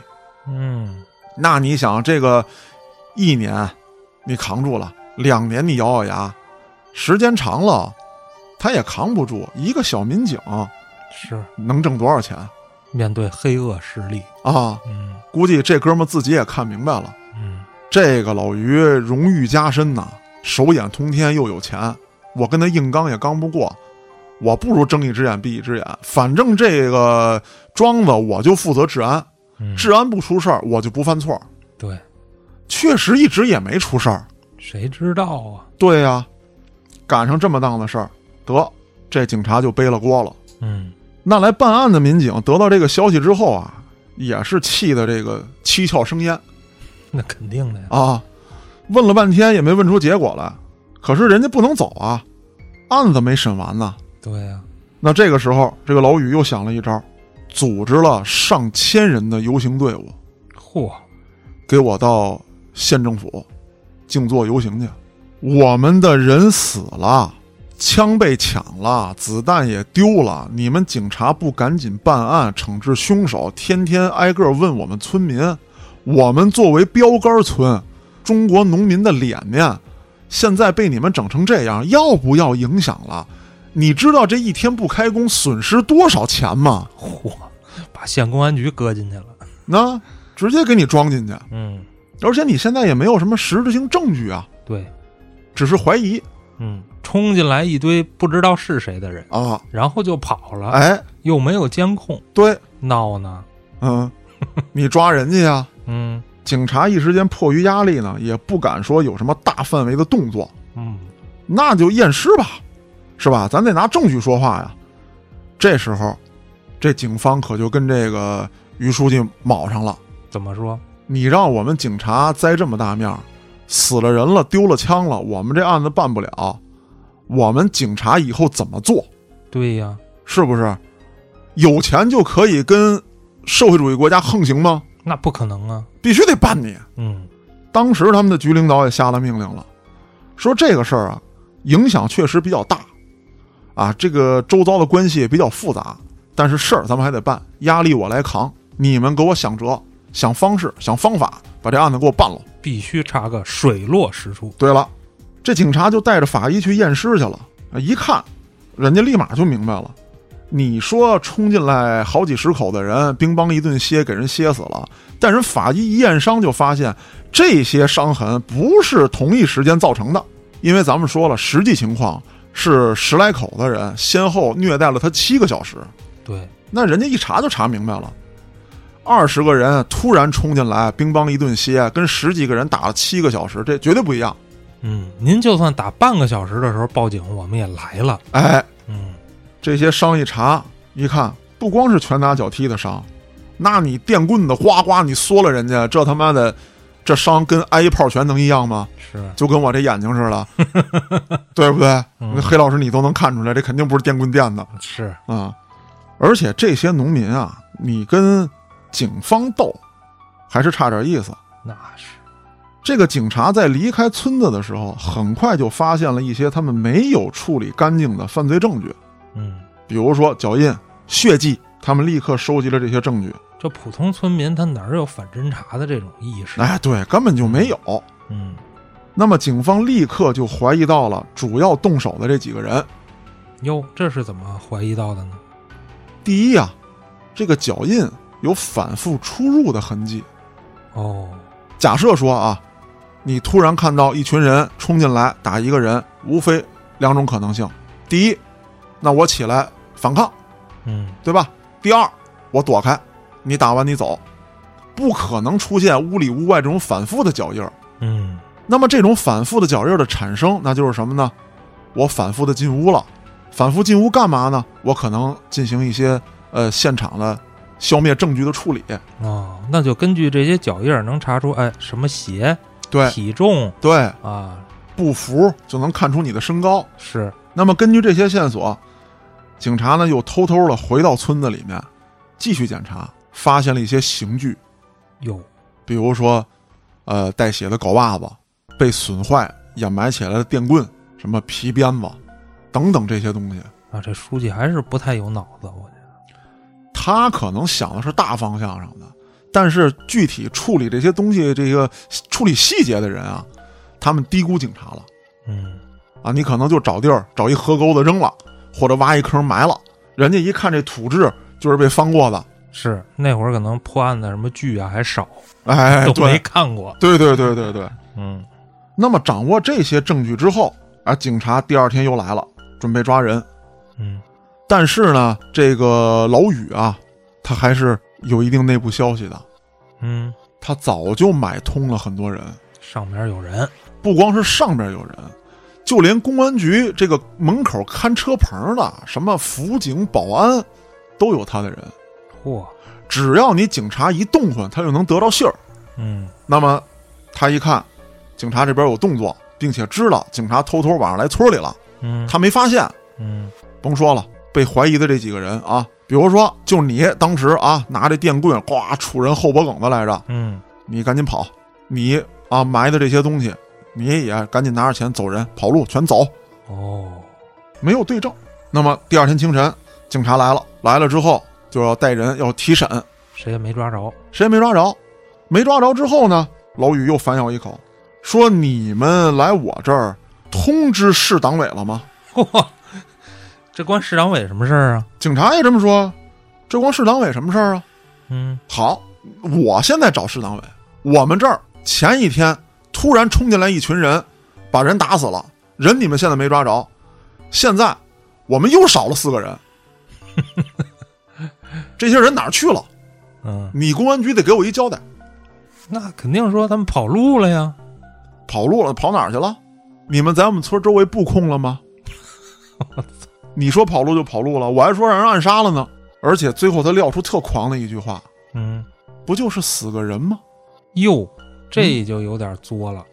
Speaker 2: 嗯，
Speaker 1: 那你想，这个一年你扛住了，两年你咬咬牙，时间长了，他也扛不住。一个小民警
Speaker 2: 是
Speaker 1: 能挣多少钱
Speaker 2: 面对黑恶势力。
Speaker 1: 啊？
Speaker 2: 嗯
Speaker 1: 估计这哥们儿自己也看明白了，
Speaker 2: 嗯，
Speaker 1: 这个老于荣誉加身呐、手眼通天又有钱，我跟他硬刚也刚不过。我不如睁一只眼闭一只眼，反正这个庄子我就负责治安，
Speaker 2: 嗯
Speaker 1: 治安不出事儿我就不犯错。
Speaker 2: 对，
Speaker 1: 确实一直也没出事儿，
Speaker 2: 谁知道啊？
Speaker 1: 对呀、赶上这么档子事儿，得这警察就背了锅了。
Speaker 2: 嗯，
Speaker 1: 那来办案的民警得到这个消息之后啊，也是气得这个七窍生烟
Speaker 2: 那肯定的呀。
Speaker 1: 啊，问了半天也没问出结果来。可是人家不能走啊，案子没审完呢。
Speaker 2: 对呀、
Speaker 1: 那这个时候，这个老宇又想了一招，组织了上千人的游行队伍，
Speaker 2: 嚯，
Speaker 1: 给我到县政府静坐游行去。我们的人死了，枪被抢了，子弹也丢了，你们警察不赶紧办案惩治凶手，天天挨个问我们村民。我们作为标杆村，中国农民的脸面，现在被你们整成这样，要不要影响了？你知道这一天不开工损失多少钱吗？
Speaker 2: 嚯，把县公安局搁进去了。
Speaker 1: 那直接给你装进去，
Speaker 2: 嗯，
Speaker 1: 而且你现在也没有什么实质性证据啊。
Speaker 2: 对，
Speaker 1: 只是怀疑
Speaker 2: 嗯，冲进来一堆不知道是谁的人，
Speaker 1: 啊，
Speaker 2: 然后就跑了，
Speaker 1: 哎，
Speaker 2: 又没有监控，
Speaker 1: 对，
Speaker 2: 闹呢。
Speaker 1: 嗯， 你抓人家呀。
Speaker 2: 嗯
Speaker 1: 警察一时间迫于压力呢，也不敢说有什么大范围的动作，
Speaker 2: 嗯，
Speaker 1: 那就验尸吧，是吧？咱得拿证据说话呀。这时候，这警方可就跟这个于书记卯上了。
Speaker 2: 怎么说？
Speaker 1: 你让我们警察栽这么大面儿，死了人了，丢了枪了，我们这案子办不了，我们警察以后怎么做？
Speaker 2: 对呀、
Speaker 1: 是不是？有钱就可以跟社会主义国家横行吗？
Speaker 2: 那不可能啊。
Speaker 1: 必须得办你。
Speaker 2: 嗯，
Speaker 1: 当时他们的局领导也下了命令了，说这个事儿啊，影响确实比较大，啊，这个周遭的关系也比较复杂，但是事儿咱们还得办，压力我来扛，你们给我想辙、想方式、想方法，把这案子给我办了。
Speaker 2: 必须查个水落石出。
Speaker 1: 对了，这警察就带着法医去验尸去了，啊一看，人家立马就明白了。你说冲进来好几十口的人，乒乓一顿歇，给人歇死了。但人法医一验伤就发现，这些伤痕不是同一时间造成的，因为咱们说了，实际情况是十来口的人先后虐待了他七个小时。
Speaker 2: 对，
Speaker 1: 那人家一查就查明白了，二十个人突然冲进来，乒乓一顿歇，跟十几个人打了七个小时，这绝对不一样。
Speaker 2: 嗯，您就算打半个小时的时候报警，我们也来了。
Speaker 1: 哎，
Speaker 2: 嗯，
Speaker 1: 这些伤一查一看，不光是拳打脚踢的伤，那你电棍子哗哗你缩了人家，这他妈的，这伤跟挨一炮拳能一样吗？
Speaker 2: 是，
Speaker 1: 就跟我这眼睛似的，对不对？
Speaker 2: 嗯
Speaker 1: 那黑老师你都能看出来，这肯定不是电棍电的啊、
Speaker 2: 是，
Speaker 1: 嗯而且这些农民啊，你跟警方斗，还是差点意思。
Speaker 2: 那是，
Speaker 1: 这个警察在离开村子的时候，很快就发现了一些他们没有处理干净的犯罪证据。
Speaker 2: 嗯，
Speaker 1: 比如说脚印、血迹，他们立刻收集了这些证据。
Speaker 2: 这普通村民他哪儿有反侦查的这种意识？
Speaker 1: 哎，对，根本就没有。
Speaker 2: 嗯，
Speaker 1: 那么警方立刻就怀疑到了主要动手的这几个人。
Speaker 2: 哟，这是怎么怀疑到的呢？
Speaker 1: 第一啊，这个脚印有反复出入的痕迹。
Speaker 2: 哦，
Speaker 1: 假设说啊，你突然看到一群人冲进来打一个人，无非两种可能性：第一，那我起来反抗，
Speaker 2: 嗯
Speaker 1: 对吧？第二，我躲开，你打完你走，不可能出现屋里屋外这种反复的脚印儿。
Speaker 2: 嗯
Speaker 1: 那么这种反复的脚印儿的产生，那就是什么呢？我反复的进屋了，反复进屋干嘛呢？我可能进行一些呃现场的消灭证据的处理。
Speaker 2: 哦，那就根据这些脚印儿能查出，哎，什么鞋、
Speaker 1: 对
Speaker 2: 体重
Speaker 1: 对，
Speaker 2: 啊，
Speaker 1: 不服就能看出你的身高。
Speaker 2: 是，
Speaker 1: 那么根据这些线索，警察呢又偷偷的回到村子里面，继续检查，发现了一些刑具，
Speaker 2: 有，
Speaker 1: 比如说，呃，带血的狗袜子、被损坏掩埋起来的电棍、什么皮鞭子等等这些东西。
Speaker 2: 啊，这书记还是不太有脑子，我觉得。
Speaker 1: 他可能想的是大方向上的，但是具体处理这些东西，这个处理细节的人啊，他们低估警察了
Speaker 2: 嗯
Speaker 1: 啊！你可能就找地儿找一河沟子扔了，或者挖一坑埋了。人家一看这土质就是被翻过的，，
Speaker 2: 是那会儿可能破案的什么剧啊还少，
Speaker 1: 哎，
Speaker 2: 都没
Speaker 1: 对，
Speaker 2: 看过。
Speaker 1: 对对对对对。
Speaker 2: 嗯
Speaker 1: 那么掌握这些证据之后，啊，警察第二天又来了，准备抓人。
Speaker 2: 嗯
Speaker 1: 但是呢，这个老宇啊，他还是有一定内部消息的，
Speaker 2: 嗯，
Speaker 1: 他早就买通了很多人，
Speaker 2: 上面有人。
Speaker 1: 不光是上边有人，就连公安局这个门口看车棚的，什么辅警、保安，都有他的人。
Speaker 2: 嚯，
Speaker 1: 只要你警察一动换，他就能得到信儿。
Speaker 2: 嗯
Speaker 1: 那么，他一看警察这边有动作，并且知道警察偷偷晚上来村里了，
Speaker 2: 嗯，
Speaker 1: 他没发现，
Speaker 2: 嗯
Speaker 1: 甭说了，被怀疑的这几个人啊，比如说就你当时啊拿着电棍呱杵人后脖梗子来着，
Speaker 2: 嗯
Speaker 1: 你赶紧跑，你啊埋的这些东西，你也赶紧拿着钱走人，跑路全走，
Speaker 2: 哦，
Speaker 1: 没有对证。那么第二天清晨，警察来了，来了之后就要带人要提审，
Speaker 2: 谁也没抓着。
Speaker 1: 谁也没抓着，没抓着之后呢，老宇又反咬一口，说你们来我这儿通知市党委了吗？
Speaker 2: 嚯，这关市党委什么事儿啊？
Speaker 1: 警察也这么说，这光市党委什么事儿啊？
Speaker 2: 嗯
Speaker 1: 好，我现在找市党委。我们这儿前一天突然冲进来一群人，把人打死了，人你们现在没抓着，现在我们又少了四个人，这些人哪儿去了？
Speaker 2: 嗯，
Speaker 1: 你公安局得给我一交代，
Speaker 2: 那肯定说他们跑路了呀。
Speaker 1: 跑路了，跑哪儿去了？你们在我们村周围布控了吗？你说跑路就跑路了，我还说让人暗杀了呢。而且最后他撂出特狂的一句话，
Speaker 2: 嗯，
Speaker 1: 不就是死个人吗？
Speaker 2: 哟，
Speaker 1: 嗯
Speaker 2: 这就有点作了。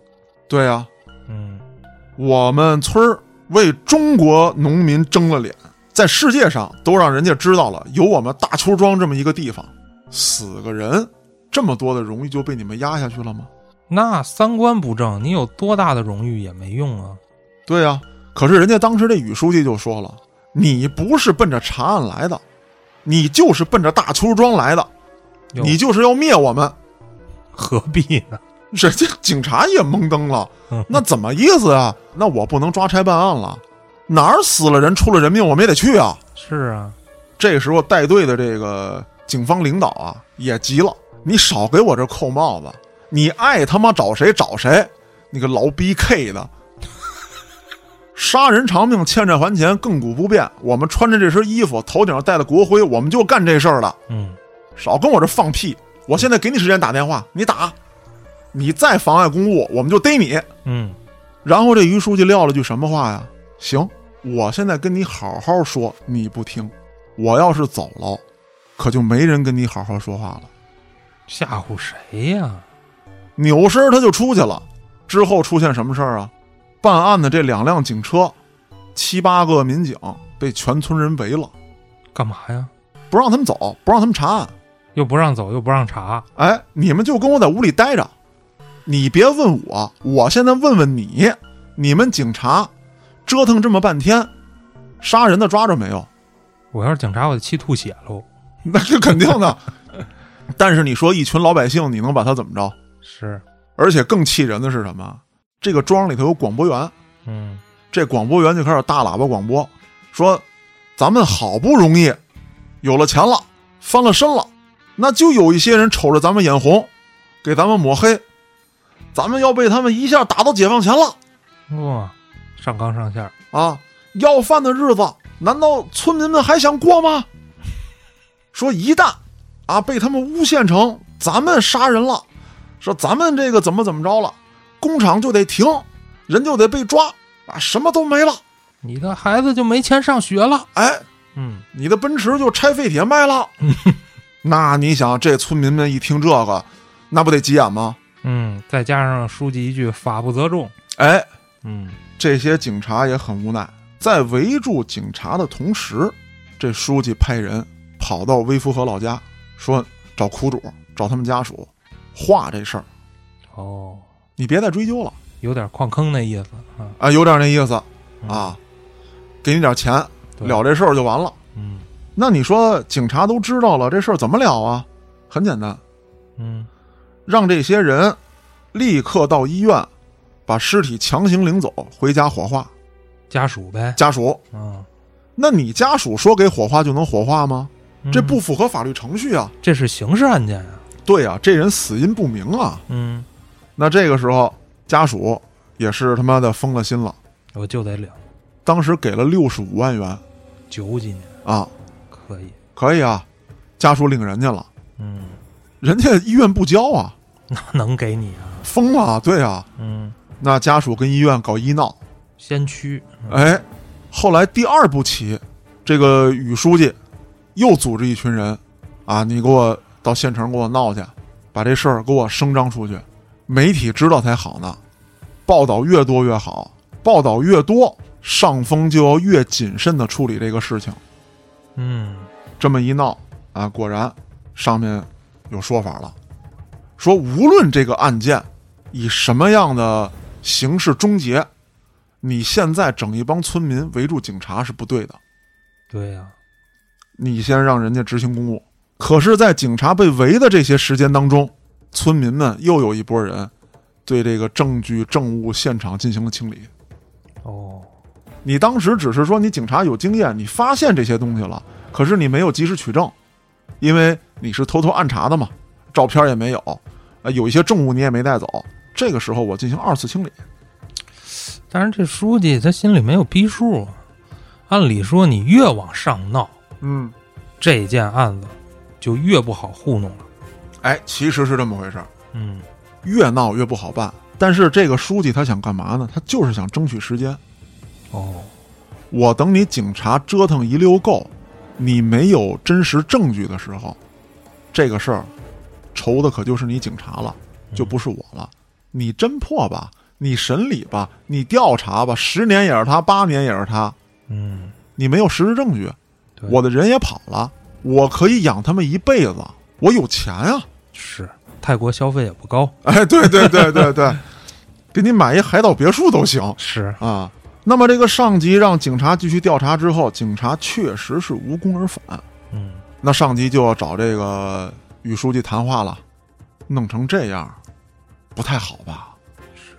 Speaker 1: 对啊呀、
Speaker 2: 嗯
Speaker 1: 我们村儿为中国农民争了脸，在世界上都让人家知道了有我们大邱庄这么一个地方，死个人，这么多的荣誉就被你们压下去了吗？
Speaker 2: 那三观不正，你有多大的荣誉也没用啊。
Speaker 1: 对呀、可是人家当时这宇书记就说了，你不是奔着查案来的，你就是奔着大邱庄来的，
Speaker 2: 哟
Speaker 1: 你就是要灭我们。
Speaker 2: 何必呢？
Speaker 1: 人家警察也懵登了
Speaker 2: 嗯，
Speaker 1: 那怎么意思啊？那我不能抓差办案了，哪儿死了人出了人命，我们也得去啊。
Speaker 2: 是啊，
Speaker 1: 这时候带队的这个警方领导啊也急了，你少给我这扣帽子，你爱他妈找谁找谁，你个老逼 K 的，杀人偿命，欠债还钱，亘古不变。我们穿着这身衣服，头顶上戴的国徽，我们就干这事儿了。
Speaker 2: 嗯，
Speaker 1: 少跟我这放屁！我现在给你时间打电话，你打，你再妨碍公务，我们就逮你。
Speaker 2: 嗯，
Speaker 1: 然后这于书记撂了句什么话呀？行，我现在跟你好好说，你不听。我要是走了，可就没人跟你好好说话了。
Speaker 2: 吓唬谁呀、
Speaker 1: 扭身他就出去了。之后出现什么事儿啊？办案的这两辆警车，七八个民警被全村人围了，
Speaker 2: 干嘛呀？
Speaker 1: 不让他们走，不让他们查案。
Speaker 2: 又不让走，又不让查。
Speaker 1: 哎，你们就跟我在屋里待着，你别问我，我现在问问你，你们警察折腾这么半天，杀人的抓着没有？
Speaker 2: 我要是警察，我就气吐血喽。
Speaker 1: 那是肯定的。但是你说一群老百姓，你能把他怎么着？
Speaker 2: 是，
Speaker 1: 而且更气人的是什么？这个庄里头有广播员，
Speaker 2: 嗯，
Speaker 1: 这广播员就开始大喇叭广播，说咱们好不容易有了钱了，翻了身了，那就有一些人瞅着咱们眼红，给咱们抹黑，咱们要被他们一下打到解放前了。
Speaker 2: 哇，哦上纲上线儿。
Speaker 1: 啊，要饭的日子难道村民们还想过吗？说一旦啊被他们诬陷成咱们杀人了，说咱们这个怎么怎么着了，工厂就得停，人就得被抓啊，什么都没了。
Speaker 2: 你的孩子就没钱上学了。
Speaker 1: 哎，
Speaker 2: 嗯，
Speaker 1: 你的奔驰就拆废铁卖了。 那你想，这村民们一听这个，那不得急眼吗？
Speaker 2: 嗯，再加上书记一句“法不责众
Speaker 1: 哎，”，
Speaker 2: 嗯，
Speaker 1: 这些警察也很无奈，在围住警察的同时，这书记派人跑到微福和老家，说找苦主，找他们家属，话这事儿
Speaker 2: 哦，
Speaker 1: 你别再追究了
Speaker 2: 有点矿坑那意思啊。
Speaker 1: 啊，有点那意思
Speaker 2: 嗯，
Speaker 1: 啊，给你点钱
Speaker 2: 对
Speaker 1: 了这事儿就完了。
Speaker 2: 嗯
Speaker 1: 那你说警察都知道了，这事儿怎么了啊？很简单，
Speaker 2: 嗯，
Speaker 1: 让这些人立刻到医院，把尸体强行领走，回家火化。
Speaker 2: 家属呗。
Speaker 1: 家属，
Speaker 2: 嗯，
Speaker 1: 那你家属说给火化就能火化吗？
Speaker 2: 嗯
Speaker 1: 这不符合法律程序啊！
Speaker 2: 这是刑事案件啊。
Speaker 1: 对啊，这人死因不明啊！
Speaker 2: 嗯，
Speaker 1: 那这个时候家属也是他妈的疯了心了，
Speaker 2: 我就得领。
Speaker 1: 当时给了六十五万元
Speaker 2: 九几年
Speaker 1: 啊，
Speaker 2: 可以。
Speaker 1: 可以啊，家属领人家了，
Speaker 2: 嗯，
Speaker 1: 人家医院不交啊，
Speaker 2: 那 能给你啊。
Speaker 1: 疯了啊！对啊，
Speaker 2: 嗯，
Speaker 1: 那家属跟医院搞医闹，
Speaker 2: 先驱。
Speaker 1: 哎，后来第二步棋，这个宇书记又组织一群人，啊，你给我到县城给我闹去，把这事儿给我声张出去，媒体知道才好呢，报道越多越好，报道越多，上峰就要越谨慎的处理这个事情。
Speaker 2: 嗯
Speaker 1: 这么一闹啊，果然上面有说法了，说无论这个案件以什么样的形式终结，你现在整一帮村民围住警察是不对的，，
Speaker 2: 对呀、
Speaker 1: 你先让人家执行公务。可是，在警察被围的这些时间当中，村民们又有一波人对这个证据、证物、现场进行了清理。
Speaker 2: 哦，
Speaker 1: 你当时只是说你警察有经验，你发现这些东西了，可是你没有及时取证，因为你是偷偷暗查的嘛，照片也没有，啊，有一些证物你也没带走。这个时候我进行二次清理，
Speaker 2: 但是这书记他心里没有逼数啊。按理说，你越往上闹，
Speaker 1: 嗯，
Speaker 2: 这件案子就越不好糊弄了。
Speaker 1: 哎，其实是这么回事儿，
Speaker 2: 嗯，
Speaker 1: 越闹越不好办。但是这个书记他想干嘛呢？他就是想争取时间，
Speaker 2: 哦，
Speaker 1: 我等你警察折腾一溜够，你没有真实证据的时候，这个事儿愁的可就是你警察了，就不是我了。你侦破吧，你审理吧，你调查吧，十年也是他，八年也是他，
Speaker 2: 嗯，
Speaker 1: 你没有实质证据，
Speaker 2: 对
Speaker 1: 我的人也跑了，我可以养他们一辈子，我有钱啊！
Speaker 2: 是泰国消费也不高，
Speaker 1: 哎，对对对对对，给你买一海岛别墅都行。
Speaker 2: 是，
Speaker 1: 啊。那么这个上级让警察继续调查之后，警察确实是无功而返。
Speaker 2: 嗯，
Speaker 1: 那上级就要找这个与书记谈话了，弄成这样，不太好吧？
Speaker 2: 是。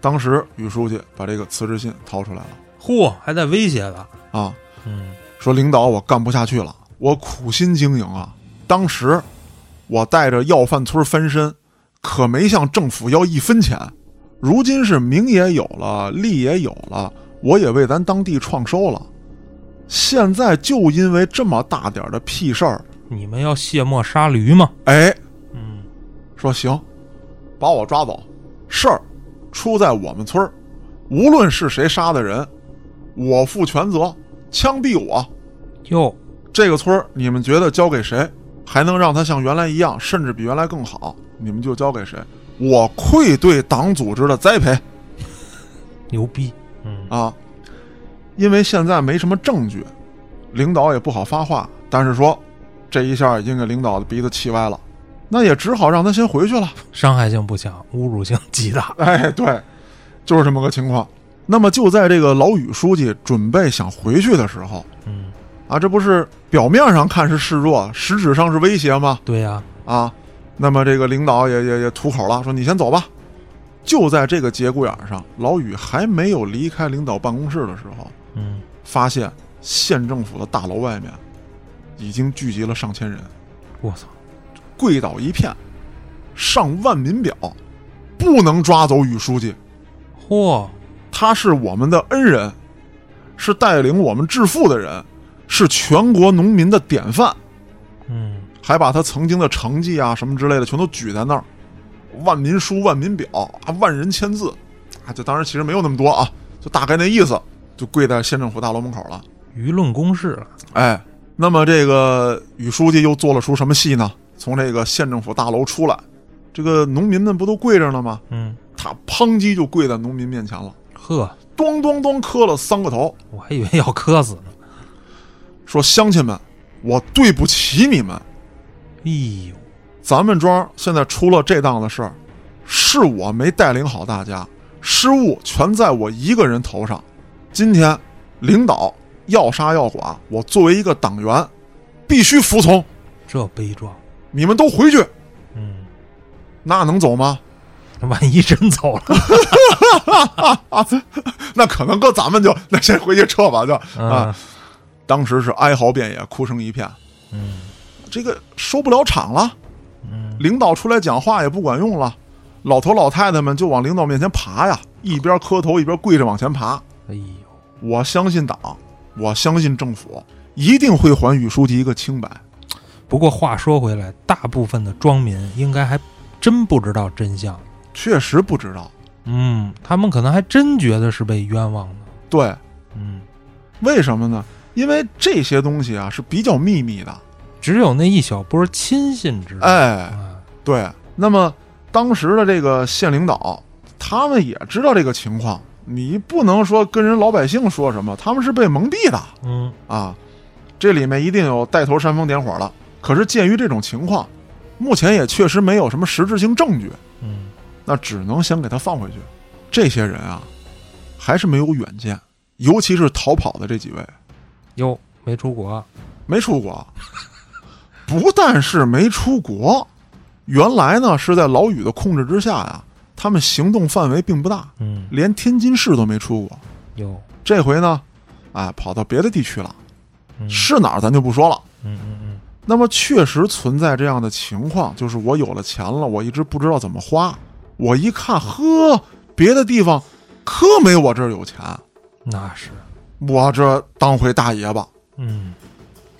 Speaker 1: 当时与书记把这个辞职信掏出来了
Speaker 2: 嚯，还带威胁的。
Speaker 1: 啊，
Speaker 2: 嗯，
Speaker 1: 说领导我干不下去了，我苦心经营啊，当时我带着要饭村翻身，可没向政府要一分钱。如今是名也有了，利也有了，我也为咱当地创收了。现在就因为这么大点儿的屁事儿，
Speaker 2: 你们要卸磨杀驴吗？
Speaker 1: 哎，
Speaker 2: 嗯，
Speaker 1: 说行，把我抓走，事儿出在我们村儿，无论是谁杀的人，我负全责，枪毙我，
Speaker 2: 哟，
Speaker 1: 这个村儿，你们觉得交给谁，还能让他像原来一样，甚至比原来更好，你们就交给谁。我愧对党组织的栽培
Speaker 2: 牛逼。嗯，
Speaker 1: 啊！因为现在没什么证据，领导也不好发话，但是说这一下已经给领导的鼻子气歪了，那也只好让他先回去了。
Speaker 2: 伤害性不强，侮辱性极大。
Speaker 1: 哎，对，就是这么个情况。那么就在这个老宇书记准备想回去的时候，
Speaker 2: 嗯，
Speaker 1: 啊，这不是表面上看是示弱，实质上是威胁吗？
Speaker 2: 对呀、
Speaker 1: 啊，那么这个领导也也也吐口了，说你先走吧。就在这个节骨眼上，老宇还没有离开领导办公室的时候，
Speaker 2: 嗯，
Speaker 1: 发现县政府的大楼外面已经聚集了上千人，
Speaker 2: 我操，
Speaker 1: 跪倒一片，上万民表，不能抓走宇书记，
Speaker 2: 嚯，
Speaker 1: 他是我们的恩人，是带领我们致富的人，是全国农民的典范，
Speaker 2: 嗯
Speaker 1: 还把他曾经的成绩啊什么之类的全都举在那儿，万民书、万民表啊，万人签字啊，这当然其实没有那么多啊，就大概那意思，就跪在县政府大楼门口了。
Speaker 2: 舆论攻势了，
Speaker 1: 哎，那么这个宇书记又做了出什么戏呢？从这个县政府大楼出来，这个农民们不都跪着呢吗？
Speaker 2: 嗯，
Speaker 1: 他砰叽就跪在农民面前了，
Speaker 2: 呵，
Speaker 1: 咚咚咚磕了三个头，
Speaker 2: 我还以为要磕死呢，
Speaker 1: 说：“乡亲们，我对不起你们，
Speaker 2: 哎呦，
Speaker 1: 咱们庄现在出了这档子事儿，是我没带领好大家，失误全在我一个人头上。今天领导要杀要剐，我作为一个党员，必须服从。
Speaker 2: 这悲壮，
Speaker 1: 你们都回去，
Speaker 2: 嗯，
Speaker 1: 那能走吗？”
Speaker 2: 万一真走了，
Speaker 1: 啊 那可能搁咱们就那先回去撤吧，就啊，
Speaker 2: 啊，
Speaker 1: 当时是哀嚎遍野，哭声一片。
Speaker 2: 嗯
Speaker 1: 这个收不了场了，
Speaker 2: 嗯，
Speaker 1: 领导出来讲话也不管用了，老头老太太们就往领导面前爬呀，一边磕头一边跪着往前爬。
Speaker 2: 哎呦，
Speaker 1: 我相信党，我相信政府一定会还宇书记一个清白。
Speaker 2: 不过话说回来，大部分的庄民应该还真不知道真相，
Speaker 1: 确实不知道，
Speaker 2: 嗯，他们可能还真觉得是被冤枉的，
Speaker 1: 对，
Speaker 2: 嗯，
Speaker 1: 为什么呢？因为这些东西啊是比较秘密的。
Speaker 2: 只有那一小波亲信知道，
Speaker 1: 哎，
Speaker 2: 啊，
Speaker 1: 对，那么当时的这个县领导，他们也知道这个情况，你不能说跟人老百姓说什么，他们是被蒙蔽的
Speaker 2: 嗯
Speaker 1: 啊，这里面一定有带头煽风点火的。可是鉴于这种情况，目前也确实没有什么实质性证据，
Speaker 2: 嗯，
Speaker 1: 那只能先给他放回去。这些人啊，还是没有远见，尤其是逃跑的这几位，
Speaker 2: 哟，没出国，
Speaker 1: 没出国， 不但是没出国，原来呢是在老宇的控制之下呀，他们行动范围并不大，
Speaker 2: 嗯，
Speaker 1: 连天津市都没出过。
Speaker 2: 哟，
Speaker 1: 这回呢，哎，跑到别的地区了，
Speaker 2: 嗯
Speaker 1: 是哪儿咱就不说了。
Speaker 2: 嗯嗯嗯，
Speaker 1: 那么确实存在这样的情况，就是我有了钱了，我一直不知道怎么花。我一看，呵，别的地方可没我这儿有钱，
Speaker 2: 那是，
Speaker 1: 我这当回大爷吧。
Speaker 2: 嗯，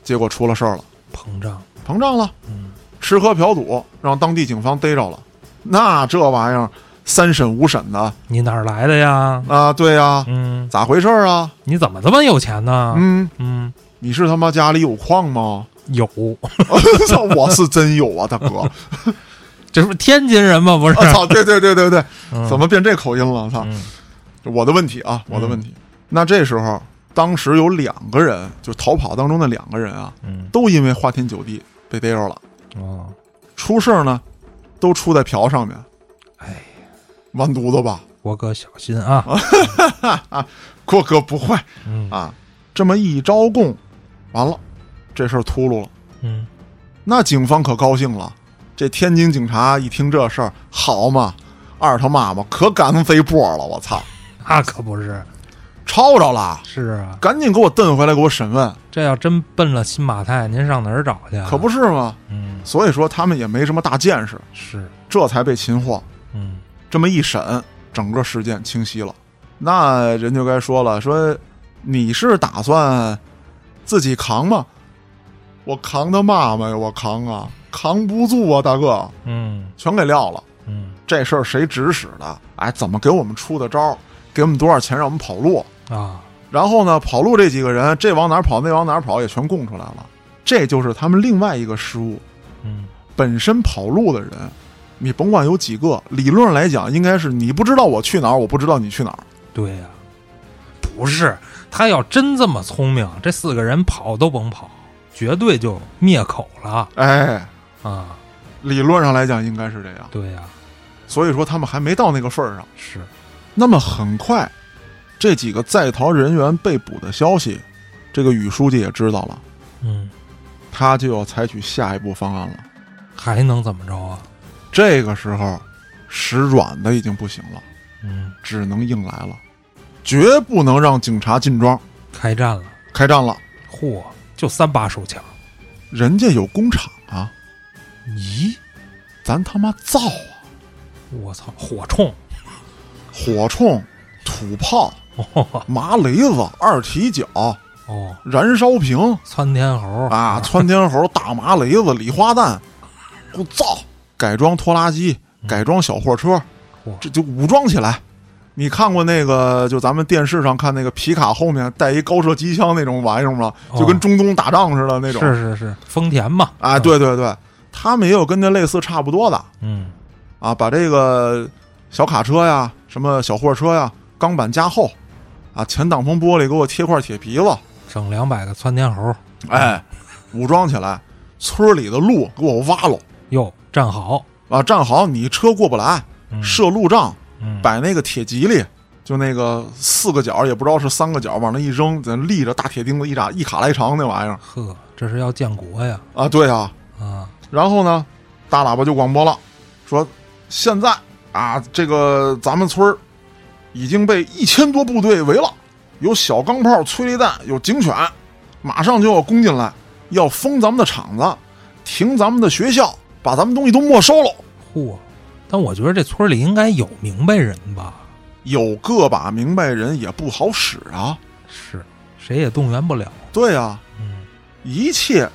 Speaker 1: 结果出了事儿了，
Speaker 2: 膨胀，
Speaker 1: 膨胀了。
Speaker 2: 嗯，
Speaker 1: 吃喝嫖赌，让当地警方逮着了。那这玩意儿三审五审的
Speaker 2: 你哪儿来的呀？
Speaker 1: 啊，对呀、
Speaker 2: 嗯，
Speaker 1: 咋回事儿啊？
Speaker 2: 你怎么这么有钱呢？
Speaker 1: 嗯，
Speaker 2: 嗯，
Speaker 1: 你是他妈家里有矿吗？
Speaker 2: 有，
Speaker 1: 操，我是真有啊，大 哥！
Speaker 2: 这不是天津人吗？不是，
Speaker 1: 我操，对对对对对，
Speaker 2: 嗯
Speaker 1: 哦怎么变这口音了？操，
Speaker 2: 嗯
Speaker 1: 我的问题啊，我的问题。那这时候，当时有两个人，就逃跑当中的两个人啊，
Speaker 2: 嗯
Speaker 1: 都因为花天酒地被逮着了。
Speaker 2: 哦，
Speaker 1: 出事儿呢，都出在嫖上面，
Speaker 2: 哎，
Speaker 1: 完犊子吧！
Speaker 2: 国哥小心啊！
Speaker 1: 郭哥不坏，
Speaker 2: 嗯
Speaker 1: 啊，这么一招供，完了，这事儿秃噜了。
Speaker 2: 嗯，
Speaker 1: 那警方可高兴了，这天津警察一听这事儿，好嘛，二他妈妈可敢飞波了，我操，
Speaker 2: 那可不是，
Speaker 1: 抄着了，
Speaker 2: 是啊，
Speaker 1: 赶紧给我蹬回来，给我审问，
Speaker 2: 这要真奔了新马泰，您上哪儿找去啊？
Speaker 1: 可不，是吗？
Speaker 2: 嗯，
Speaker 1: 所以说他们也没什么大见识，
Speaker 2: 是，
Speaker 1: 这才被擒获。
Speaker 2: 嗯
Speaker 1: 这么一审，整个事件清晰了。那人就该说了，说你是打算自己扛吗？我扛他妈妈呀！我扛啊，扛不住啊，大哥，
Speaker 2: 嗯
Speaker 1: 全给撂了。
Speaker 2: 嗯
Speaker 1: 这事儿谁指使的？哎，怎么给我们出的招？给我们多少钱让我们跑路？
Speaker 2: 啊，
Speaker 1: 然后呢，跑路这几个人，这往哪儿跑，那往哪儿跑，也全供出来了。这就是他们另外一个失误。
Speaker 2: 嗯
Speaker 1: 本身跑路的人，你甭管有几个，理论上来讲，应该是你不知道我去哪儿，我不知道你去哪儿。
Speaker 2: 对呀、不是他要真这么聪明，这四个人跑都甭跑，绝对就灭口了
Speaker 1: 哎，
Speaker 2: 啊！
Speaker 1: 理论上来讲应该是这样，
Speaker 2: 对呀、
Speaker 1: 所以说他们还没到那个份儿上。
Speaker 2: 是，
Speaker 1: 那么很快，这几个在逃人员被捕的消息，这个宇书记也知道了，
Speaker 2: 嗯，
Speaker 1: 他就要采取下一步方案了。
Speaker 2: 还能怎么着啊？
Speaker 1: 这个时候，使软的已经不行了，
Speaker 2: 嗯，
Speaker 1: 只能硬来了，绝不能让警察进庄。
Speaker 2: 开战了，
Speaker 1: 开战了，
Speaker 2: 嚯，就三把手枪，
Speaker 1: 人家有工厂啊，
Speaker 2: 咦，
Speaker 1: 咱他妈造啊！
Speaker 2: 我操，火铳，
Speaker 1: 火铳、土土炮、
Speaker 2: 哦
Speaker 1: 麻雷子、二踢脚、
Speaker 2: 哦，
Speaker 1: 燃烧瓶
Speaker 2: 窜天猴
Speaker 1: 啊、窜天猴、大麻雷子、礼花弹，我造改装拖拉机、
Speaker 2: 嗯
Speaker 1: 改装小货车
Speaker 2: 嚯，
Speaker 1: 这就武装起来。你看过那个，就咱们电视上看那个皮卡后面带一高射机枪那种玩意儿吗？就跟
Speaker 2: 哦
Speaker 1: 中东打仗似的那种。
Speaker 2: 是是是，丰田嘛，
Speaker 1: 啊，对对对，他们也有跟那类似差不多的
Speaker 2: 嗯，
Speaker 1: 啊，把这个小卡车呀、什么小货车呀、钢板加厚，啊，前挡风玻璃给我贴块铁皮子，
Speaker 2: 整两百个窜天猴，
Speaker 1: 哎，武装起来，村里的路给我挖喽，
Speaker 2: 哟，站好，
Speaker 1: 啊，站好，你车过不来，
Speaker 2: 嗯
Speaker 1: 设路障，
Speaker 2: 嗯，
Speaker 1: 摆那个铁吉利。就那个四个角，也不知道是三个角，往那一扔，咱立着大铁钉子一扎一卡来长那玩意儿
Speaker 2: 呵，这是要建国呀，
Speaker 1: 啊！对啊，
Speaker 2: 啊，
Speaker 1: 然后呢，大喇叭就广播了，说现在啊，这个咱们村儿已经被一千多部队围了，有小钢炮、催泪弹，有警犬，马上就要攻进来，要封咱们的厂子，停咱们的学校，把咱们东西都没收了。
Speaker 2: 嚯，但我觉得这村里应该有明白人吧，
Speaker 1: 有个把明白人也不好使啊，
Speaker 2: 是，谁也动员不了，
Speaker 1: 对啊，
Speaker 2: 嗯，
Speaker 1: 一切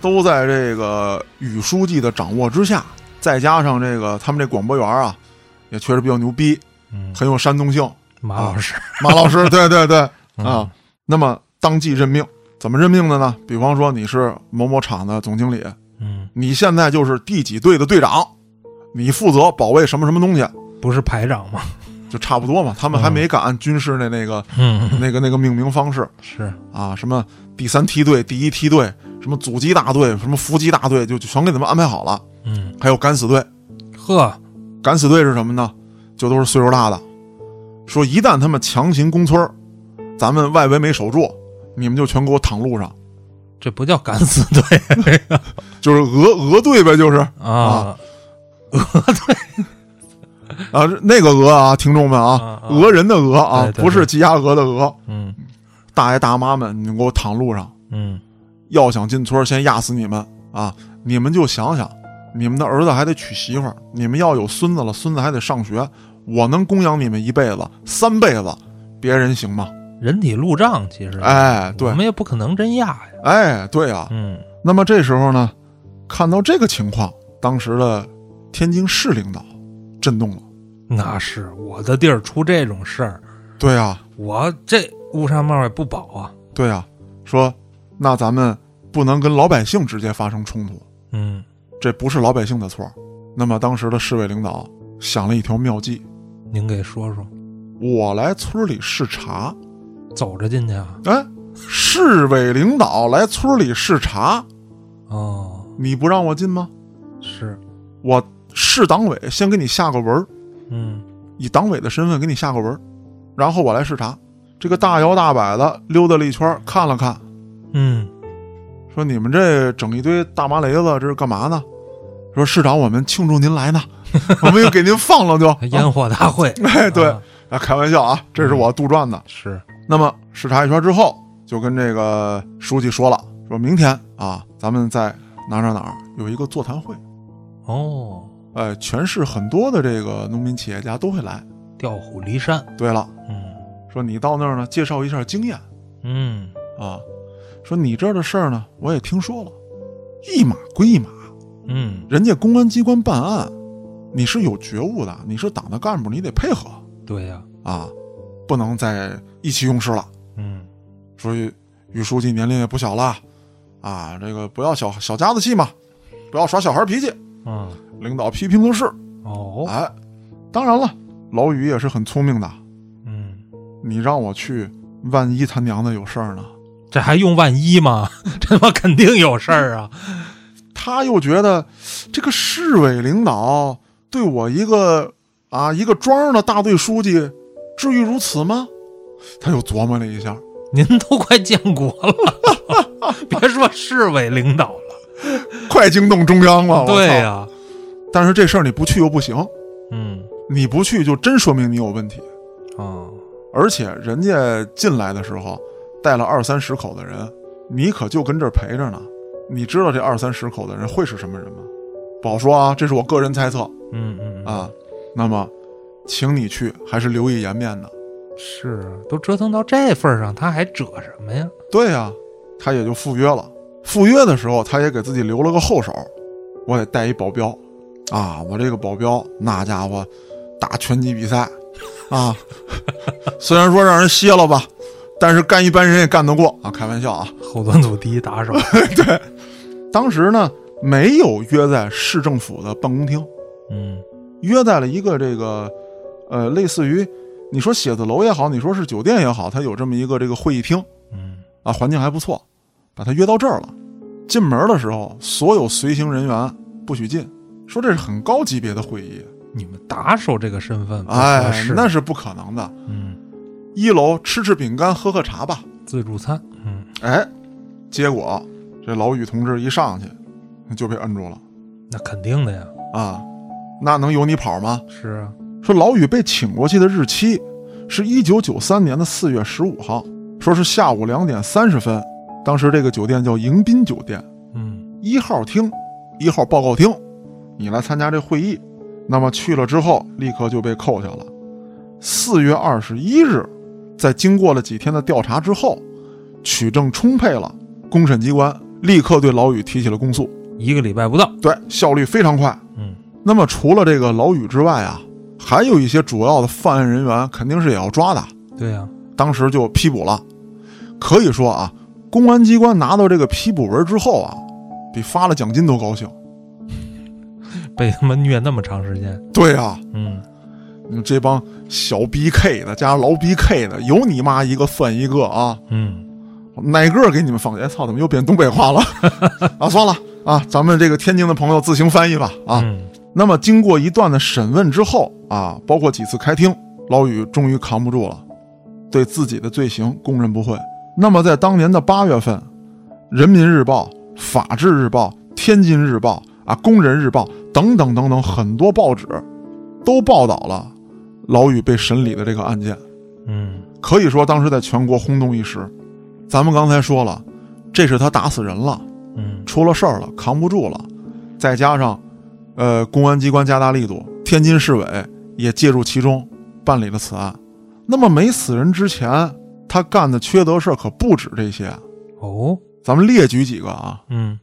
Speaker 1: 都在这个宇书记的掌握之下，再加上这个他们这广播员啊，也确实比较牛逼，
Speaker 2: 嗯，
Speaker 1: 很有煽动性。
Speaker 2: 马老师
Speaker 1: 马老师，对对对啊
Speaker 2: 嗯。
Speaker 1: 那么当即任命，怎么任命的呢？比方说你是某某厂的总经理，
Speaker 2: 嗯，
Speaker 1: 你现在就是第几队的队长，你负责保卫什么什么东西，
Speaker 2: 不是排长吗？
Speaker 1: 就差不多嘛。他们还没敢按军事的那个、
Speaker 2: 嗯，
Speaker 1: 那个那个命名方式
Speaker 2: 是，
Speaker 1: 啊，什么第三梯队、第一梯队，什么阻击大队、什么伏击大队，就就全给他们安排好了。
Speaker 2: 嗯，
Speaker 1: 还有敢死队，
Speaker 2: 呵，
Speaker 1: 敢死队是什么呢？就都是岁数大的，说一旦他们强行攻村儿，咱们外围没守住，你们就全给我躺路上，
Speaker 2: 这不叫 敢死队
Speaker 1: 就是俄俄队呗，就是
Speaker 2: 啊，
Speaker 1: 啊，那个俄啊，听众们啊，
Speaker 2: 啊啊
Speaker 1: 俄人的俄啊，
Speaker 2: 对对对
Speaker 1: 不是鸡鸭鹅的鹅，
Speaker 2: 嗯
Speaker 1: 大爷大妈们，你们给我躺路上，
Speaker 2: 嗯，
Speaker 1: 要想进村儿，先压死你们啊！你们就想想，你们的儿子还得娶媳妇儿，你们要有孙子了，孙子还得上学，我能供养你们一辈子、三辈子，别人行吗？
Speaker 2: 人体路障其实，
Speaker 1: 哎，对
Speaker 2: 我，们也不可能真压呀，
Speaker 1: 哎，对啊，
Speaker 2: 嗯
Speaker 1: 那么这时候呢，看到这个情况，当时的天津市领导震动了。，
Speaker 2: 那是我的地儿出这种事儿，
Speaker 1: 对啊，
Speaker 2: 我这乌纱帽也不保啊。
Speaker 1: 对啊，说那咱们不能跟老百姓直接发生冲突，
Speaker 2: 嗯，
Speaker 1: 这不是老百姓的错儿。那么当时的市委领导想了一条妙计，
Speaker 2: 您给说说，
Speaker 1: 我来村里视察。
Speaker 2: 走着进去啊？
Speaker 1: 哎，市委领导来村里视察，
Speaker 2: 哦，
Speaker 1: 你不让我进吗？
Speaker 2: 是，
Speaker 1: 我市党委先给你下个文儿，
Speaker 2: 嗯
Speaker 1: 以党委的身份给你下个文儿，然后我来视察。这个大摇大摆的溜达了一圈儿，看了看，
Speaker 2: 嗯，
Speaker 1: 说你们这整一堆大麻雷子，这是干嘛呢？说市长，我们庆祝您来呢，我们又给您放了就。啊
Speaker 2: 烟火大会，
Speaker 1: 哎，对
Speaker 2: 啊
Speaker 1: 啊，开玩笑啊，这是我杜撰的。
Speaker 2: 是，
Speaker 1: 那么视察一圈之后，就跟这个书记说了，说明天啊，咱们在哪儿哪儿哪儿有一个座谈会，
Speaker 2: 哦，
Speaker 1: 呃，全市很多的这个农民企业家都会来。
Speaker 2: 调虎离山，
Speaker 1: 对了，
Speaker 2: 嗯
Speaker 1: 说你到那儿呢，介绍一下经验
Speaker 2: 嗯，
Speaker 1: 啊，说你这儿的事儿呢，我也听说了，一码归一码，
Speaker 2: 嗯，
Speaker 1: 人家公安机关办案，你是有觉悟的，你是党的干部，你得配合
Speaker 2: 对呀、
Speaker 1: 啊，不能再意气用事了。
Speaker 2: 嗯
Speaker 1: 所以于书记年龄也不小了，啊，这个不要小小家子气嘛，不要耍小孩脾气。
Speaker 2: 嗯，
Speaker 1: 领导批评的是，
Speaker 2: 哦，
Speaker 1: 哎，当然了，老宇也是很聪明的，
Speaker 2: 嗯，
Speaker 1: 你让我去，万一他娘的有事儿呢？
Speaker 2: 这还用万一吗？ 这他妈肯定有事儿啊！
Speaker 1: 他又觉得这个市委领导对我一个啊一个庄的大队书记，至于如此吗？他又琢磨了一下，
Speaker 2: 您都快建国了， 别说市委领导了，
Speaker 1: 快惊动中央了。我操
Speaker 2: 对呀、
Speaker 1: 但是这事儿你不去又不行，
Speaker 2: 嗯
Speaker 1: 你不去就真说明你有问题。
Speaker 2: 啊，
Speaker 1: 而且人家进来的时候带了二三十口的人，你可就跟这儿陪着呢。你知道这二三十口的人会是什么人吗？不好说啊，这是我个人猜测啊
Speaker 2: 嗯嗯，
Speaker 1: 啊。那么，请你去还是留一颜面的。
Speaker 2: 是，都折腾到这份儿上，他还折什么呀？
Speaker 1: 对呀、他也就赴约了。赴约的时候，他也给自己留了个后手，我得带一保镖啊！我这个保镖，那家伙打拳击比赛啊， 虽然说让人歇了吧，但是干一般人也干得过啊！开玩笑啊！
Speaker 2: 后端组第一 打手，
Speaker 1: 当时呢，没有约在市政府的办公厅，
Speaker 2: 嗯
Speaker 1: 约在了一个这个呃，类似于你说写字楼也好，你说是酒店也好，它有这么一个这个会议厅。
Speaker 2: 嗯，
Speaker 1: 啊，环境还不错，把他约到这儿了。进门的时候，所有随行人员不许进，说这是很高级别的会议，
Speaker 2: 你们打手这个身份不合
Speaker 1: 哎
Speaker 2: 适，，
Speaker 1: 那是不可能的。
Speaker 2: 嗯，
Speaker 1: 一楼吃吃饼干，喝喝茶吧。
Speaker 2: 自助餐，嗯，
Speaker 1: 哎，结果这老宇同志一上去就被摁住了
Speaker 2: 那肯定的呀，
Speaker 1: 啊，那能有你跑吗？
Speaker 2: 是啊，
Speaker 1: 说老宇被请过去的日期是一九九三年的四月十五号，说是下午两点三十分，当时这个酒店叫迎宾酒店。
Speaker 2: 嗯
Speaker 1: 一号厅、一号报告厅，你来参加这会议。那么去了之后，立刻就被扣下了。四月二十一日，在经过了几天的调查之后，取证充沛了，公审机关立刻对老宇提起了公诉。
Speaker 2: 一个礼拜不到，
Speaker 1: 对，效率非常快。
Speaker 2: 嗯
Speaker 1: 那么除了这个老宇之外啊，还有一些主要的犯案人员肯定是也要抓的，
Speaker 2: 对呀、
Speaker 1: 当时就批捕了。可以说啊，公安机关拿到这个批捕文之后啊，比发了奖金都高兴。
Speaker 2: 被他妈虐那么长时间，
Speaker 1: 对啊，
Speaker 2: 嗯，
Speaker 1: 你们这帮小 BK 的加上老 BK 的，有你妈一个算一个啊！
Speaker 2: 嗯，
Speaker 1: 哪个给你们放？哎，操，怎么又变东北话了？ 啊，算了啊，咱们这个天津的朋友自行翻译吧啊。
Speaker 2: 嗯，
Speaker 1: 那么经过一段的审问之后啊，包括几次开庭，老宇终于扛不住了，对自己的罪行供认不讳。那么在当年的八月份，《人民日报》《法制日报》《天津日报》啊，《工人日报》等等等等很多报纸都报道了老宇被审理的这个案件，
Speaker 2: 嗯，
Speaker 1: 可以说当时在全国轰动一时。咱们刚才说了，这是他打死人了。
Speaker 2: 嗯，
Speaker 1: 出了事儿了，扛不住了，再加上，呃，公安机关加大力度，天津市委也介入其中，办理了此案。那么没死人之前，他干的缺德事儿可不止这些，啊
Speaker 2: 哦，
Speaker 1: 咱们列举几个啊。
Speaker 2: 嗯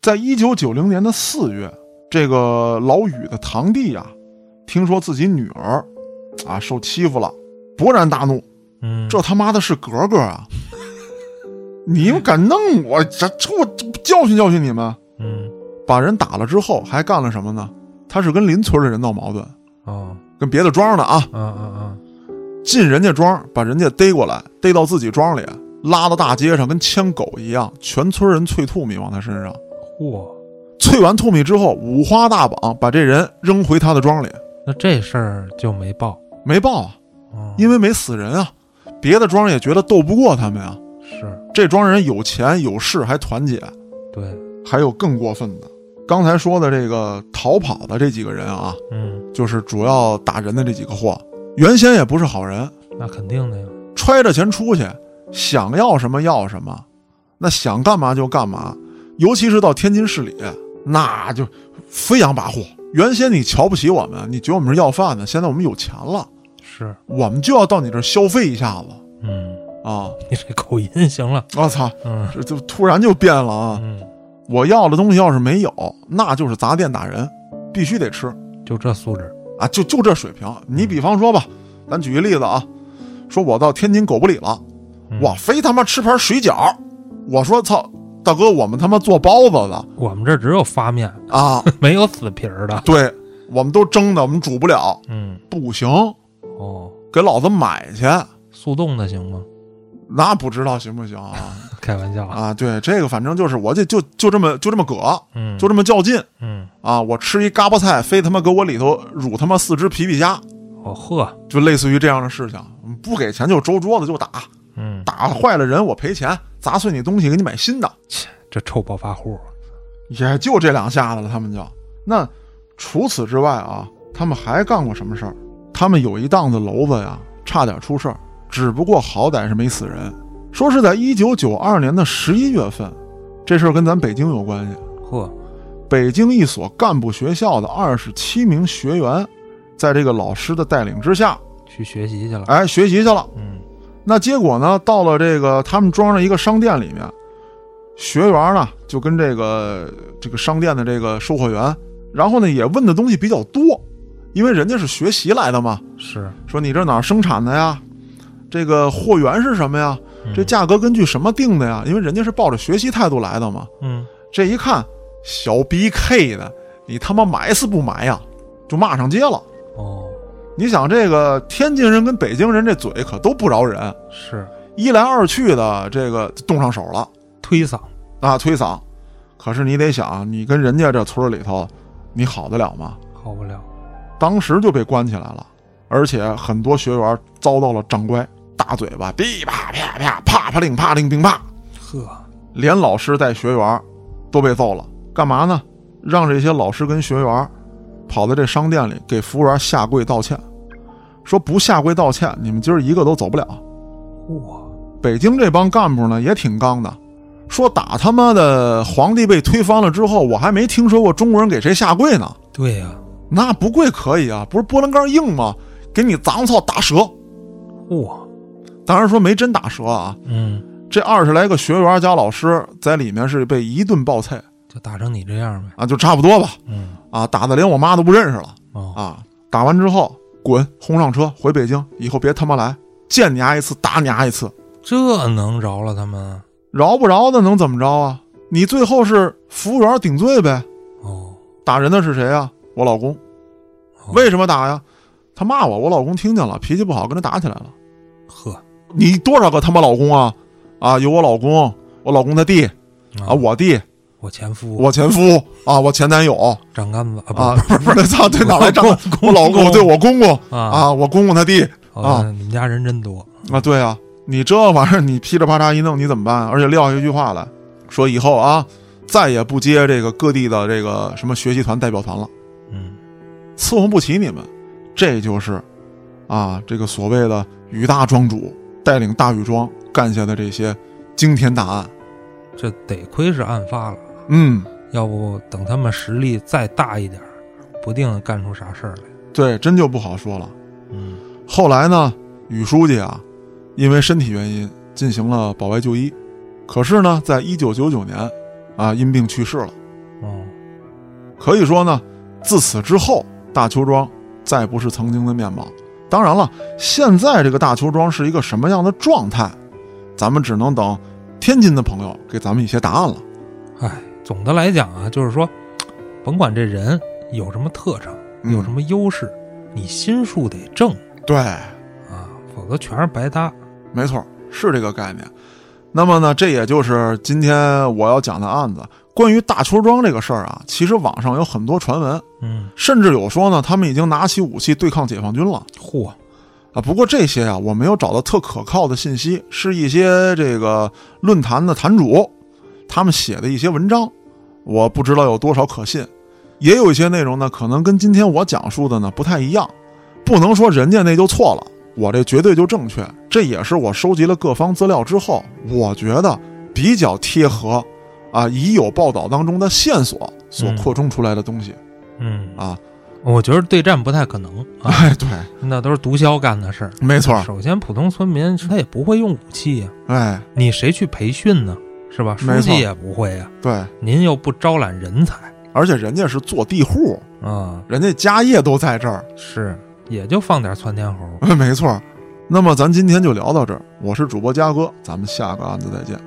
Speaker 1: 在一九九零年的四月，这个老宇的堂弟呀、听说自己女儿啊受欺负了，勃然大怒，
Speaker 2: 嗯，
Speaker 1: 这他妈的是格格啊！ 你们敢弄我，这这我教训教训你们！
Speaker 2: 嗯
Speaker 1: 把人打了之后还干了什么呢？他是跟邻村的人闹矛盾，
Speaker 2: 哦，
Speaker 1: 跟别的庄的啊，
Speaker 2: 啊啊啊，
Speaker 1: 进人家庄，把人家逮过来，逮到自己庄里，拉到大街上，跟牵狗一样，全村人啐吐米往他身上。
Speaker 2: 嚯，
Speaker 1: 啐完吐米之后，五花大绑，把这人扔回他的庄里，
Speaker 2: 那这事儿就没报，
Speaker 1: 没报啊，
Speaker 2: 哦、
Speaker 1: 因为没死人啊。别的庄也觉得斗不过他们呀、啊
Speaker 2: 是
Speaker 1: 这庄人有钱有势，还团结。
Speaker 2: 对，
Speaker 1: 还有更过分的，刚才说的这个逃跑的这几个人啊，
Speaker 2: 嗯，
Speaker 1: 就是主要打人的这几个货，原先也不是好人，
Speaker 2: 那肯定的呀，
Speaker 1: 揣着钱出去，想要什么要什么，那想干嘛就干嘛，尤其是到天津市里，那就飞扬跋扈。原先你瞧不起我们，你觉得我们是要饭的，现在我们有钱了，
Speaker 2: 是，
Speaker 1: 我们就要到你这儿消费一下子
Speaker 2: 嗯，
Speaker 1: 啊！
Speaker 2: 你这口音行了，
Speaker 1: 我、操，
Speaker 2: 嗯
Speaker 1: 这就突然就变了啊！
Speaker 2: 嗯，
Speaker 1: 我要的东西要是没有，那就是砸店打人，必须得吃。
Speaker 2: 就这素质，
Speaker 1: 啊，就就这水平。
Speaker 2: 嗯
Speaker 1: 你比方说吧，咱举个例子啊，说我到天津狗不理了，
Speaker 2: 嗯
Speaker 1: 我非他妈吃盘水饺，我说操，大哥，我们他妈做包子的
Speaker 2: 我们这儿只有发面，
Speaker 1: 啊，
Speaker 2: 没有死皮儿的，
Speaker 1: 对我们都蒸的，我们煮不了，
Speaker 2: 嗯，
Speaker 1: 不行，
Speaker 2: 哦，
Speaker 1: 给老子买去。
Speaker 2: 速冻的行吗？
Speaker 1: 那不知道行不行啊？
Speaker 2: 开玩笑，
Speaker 1: 啊，对，这个反正就是我这就就这么就这么葛，
Speaker 2: 嗯，
Speaker 1: 就这么较劲
Speaker 2: 嗯，
Speaker 1: 啊！我吃一嘎巴菜，非他妈给我里头乳他妈四只皮皮虾，
Speaker 2: 哦呵，
Speaker 1: 就类似于这样的事情，不给钱就周桌子就打，
Speaker 2: 嗯，
Speaker 1: 打坏了人我赔钱，砸碎你东西给你买新的，
Speaker 2: 这臭暴发户，
Speaker 1: 也就这两下子了。他们就那除此之外啊，他们还干过什么事儿？他们有一档子楼子呀，差点出事儿，只不过好歹是没死人。说是在一九九二年的十一月份，这事儿跟咱北京有关系。
Speaker 2: 呵，
Speaker 1: 北京一所干部学校的二十七名学员，在这个老师的带领之下，
Speaker 2: 去去学习去了。
Speaker 1: 哎，学习去了。
Speaker 2: 嗯
Speaker 1: 那结果呢，到了这个他们庄上一个商店里面，学员呢就跟这个这个商店的这个售货员，然后呢也问的东西比较多，因为人家是学习来的嘛，
Speaker 2: 是，
Speaker 1: 说你这哪儿生产的呀？这个货源是什么呀？
Speaker 2: 嗯
Speaker 1: 这价格根据什么定的呀？因为人家是抱着学习态度来的嘛。
Speaker 2: 嗯
Speaker 1: 这一看，小 BK 的，你他妈买死不买呀？就骂上街了。
Speaker 2: 哦
Speaker 1: 你想，这个天津人跟北京人这嘴可都不饶人，
Speaker 2: 是
Speaker 1: 一来二去的，这个动上手了
Speaker 2: 推搡，
Speaker 1: 啊，推搡。可是你得想，你跟人家这村儿里头，你好得了吗？
Speaker 2: 好不了。
Speaker 1: 当时就被关起来了，而且很多学员遭到了掌掴、大嘴巴，噼啪啪啪，啪啪令啪令并啪，
Speaker 2: 呵，
Speaker 1: 连老师带学员都被揍了。干嘛呢？让这些老师跟学员跑到这商店里给服务员下跪道歉，说不下跪道歉，你们今儿一个都走不了。
Speaker 2: 哇，
Speaker 1: 北京这帮干部呢也挺刚的，说打他妈的皇帝被推翻了之后，我还没听说过中国人给谁下跪呢。
Speaker 2: 对啊呀、
Speaker 1: 那不跪可以啊，不是波棱杆硬吗？给你砸操打折。
Speaker 2: 哇，
Speaker 1: 当然说没真打折啊，
Speaker 2: 嗯，
Speaker 1: 这二十来个学员加老师在里面是被一顿暴菜
Speaker 2: 就打成你这样呗。
Speaker 1: 啊，就差不多吧
Speaker 2: 嗯
Speaker 1: 啊，打的连我妈都不认识了
Speaker 2: 哦，
Speaker 1: 啊。打完之后滚，轰上车回北京，以后别他妈来，见你丫一次打你丫一次，
Speaker 2: 这能饶了他们？
Speaker 1: 饶不饶的能怎么着啊？你最后是服务员顶罪呗，
Speaker 2: 哦，
Speaker 1: 打人的是谁啊？我老公。为什么打呀？他骂我，我老公听见了，脾气不好，跟他打起来了。
Speaker 2: 呵
Speaker 1: 你多少个他妈老公啊？啊，有我老公，我老公他弟啊，
Speaker 2: 啊，
Speaker 1: 我弟，
Speaker 2: 我前夫，
Speaker 1: 我前夫啊，我前男友
Speaker 2: 长杆子
Speaker 1: 啊
Speaker 2: 啊，
Speaker 1: 不是不 是，操，对哪来账？啊我
Speaker 2: 公
Speaker 1: 老公，
Speaker 2: 公
Speaker 1: 对我公公
Speaker 2: 不啊
Speaker 1: 啊，我公公他弟
Speaker 2: 好
Speaker 1: 啊
Speaker 2: 像你们家人真多。
Speaker 1: 啊，对啊，你这玩意儿你噼里啪嚓一弄，你怎么办？而且撂下一句话来说，以后啊，再也不接这个各地的这个什么学习团代表团了，
Speaker 2: 嗯，
Speaker 1: 伺候不起你们。这就是啊，这个所谓的雨大庄主带领大禹庄干下的这些惊天大案。
Speaker 2: 这得亏是案发了，
Speaker 1: 嗯，
Speaker 2: 要不等他们实力再大一点儿，不定干出啥事儿来。
Speaker 1: 对，真就不好说了。
Speaker 2: 嗯，
Speaker 1: 后来呢，禹书记啊，因为身体原因进行了保外就医，可是呢，在一九九九年啊，因病去世了。
Speaker 2: 哦，
Speaker 1: 可以说呢，自此之后，大邱庄再不是曾经的面貌。当然了，现在这个大邱庄是一个什么样的状态，咱们只能等天津的朋友给咱们一些答案了。
Speaker 2: 哎，总的来讲啊，就是说，甭管这人有什么特长，
Speaker 1: 嗯
Speaker 2: 有什么优势，你心术得正
Speaker 1: 对，
Speaker 2: 啊，否则全是白搭。
Speaker 1: 没错，是这个概念。那么呢，这也就是今天我要讲的案子。关于大邱庄这个事儿啊，其实网上有很多传闻，
Speaker 2: 嗯，
Speaker 1: 甚至有说呢，他们已经拿起武器对抗解放军了
Speaker 2: 嚯，
Speaker 1: 啊。不过这些啊，我没有找到特可靠的信息，是一些这个论坛的坛主他们写的一些文章，我不知道有多少可信。也有一些内容呢，可能跟今天我讲述的呢不太一样，不能说人家那就错了，我这绝对就正确。这也是我收集了各方资料之后，我觉得比较贴合啊已有报道当中的线索所
Speaker 2: 嗯
Speaker 1: 扩充出来的东西、
Speaker 2: 嗯，
Speaker 1: 啊。
Speaker 2: 我觉得对战不太可能 啊，
Speaker 1: 哎，对，
Speaker 2: 那都是毒枭干的事儿。
Speaker 1: 没错儿，
Speaker 2: 首先，普通村民他也不会用武器呀、
Speaker 1: 哎，
Speaker 2: 你谁去培训呢？是吧？书
Speaker 1: 没错
Speaker 2: 记也不会呀、
Speaker 1: 对，
Speaker 2: 您又不招揽人才
Speaker 1: 而且人家是做地户，
Speaker 2: 啊，
Speaker 1: 人家家业都在这儿，
Speaker 2: 是也就放点窜天猴。
Speaker 1: 没错儿。那么咱今天就聊到这儿，我是主播嘉哥，咱们下个案子再见。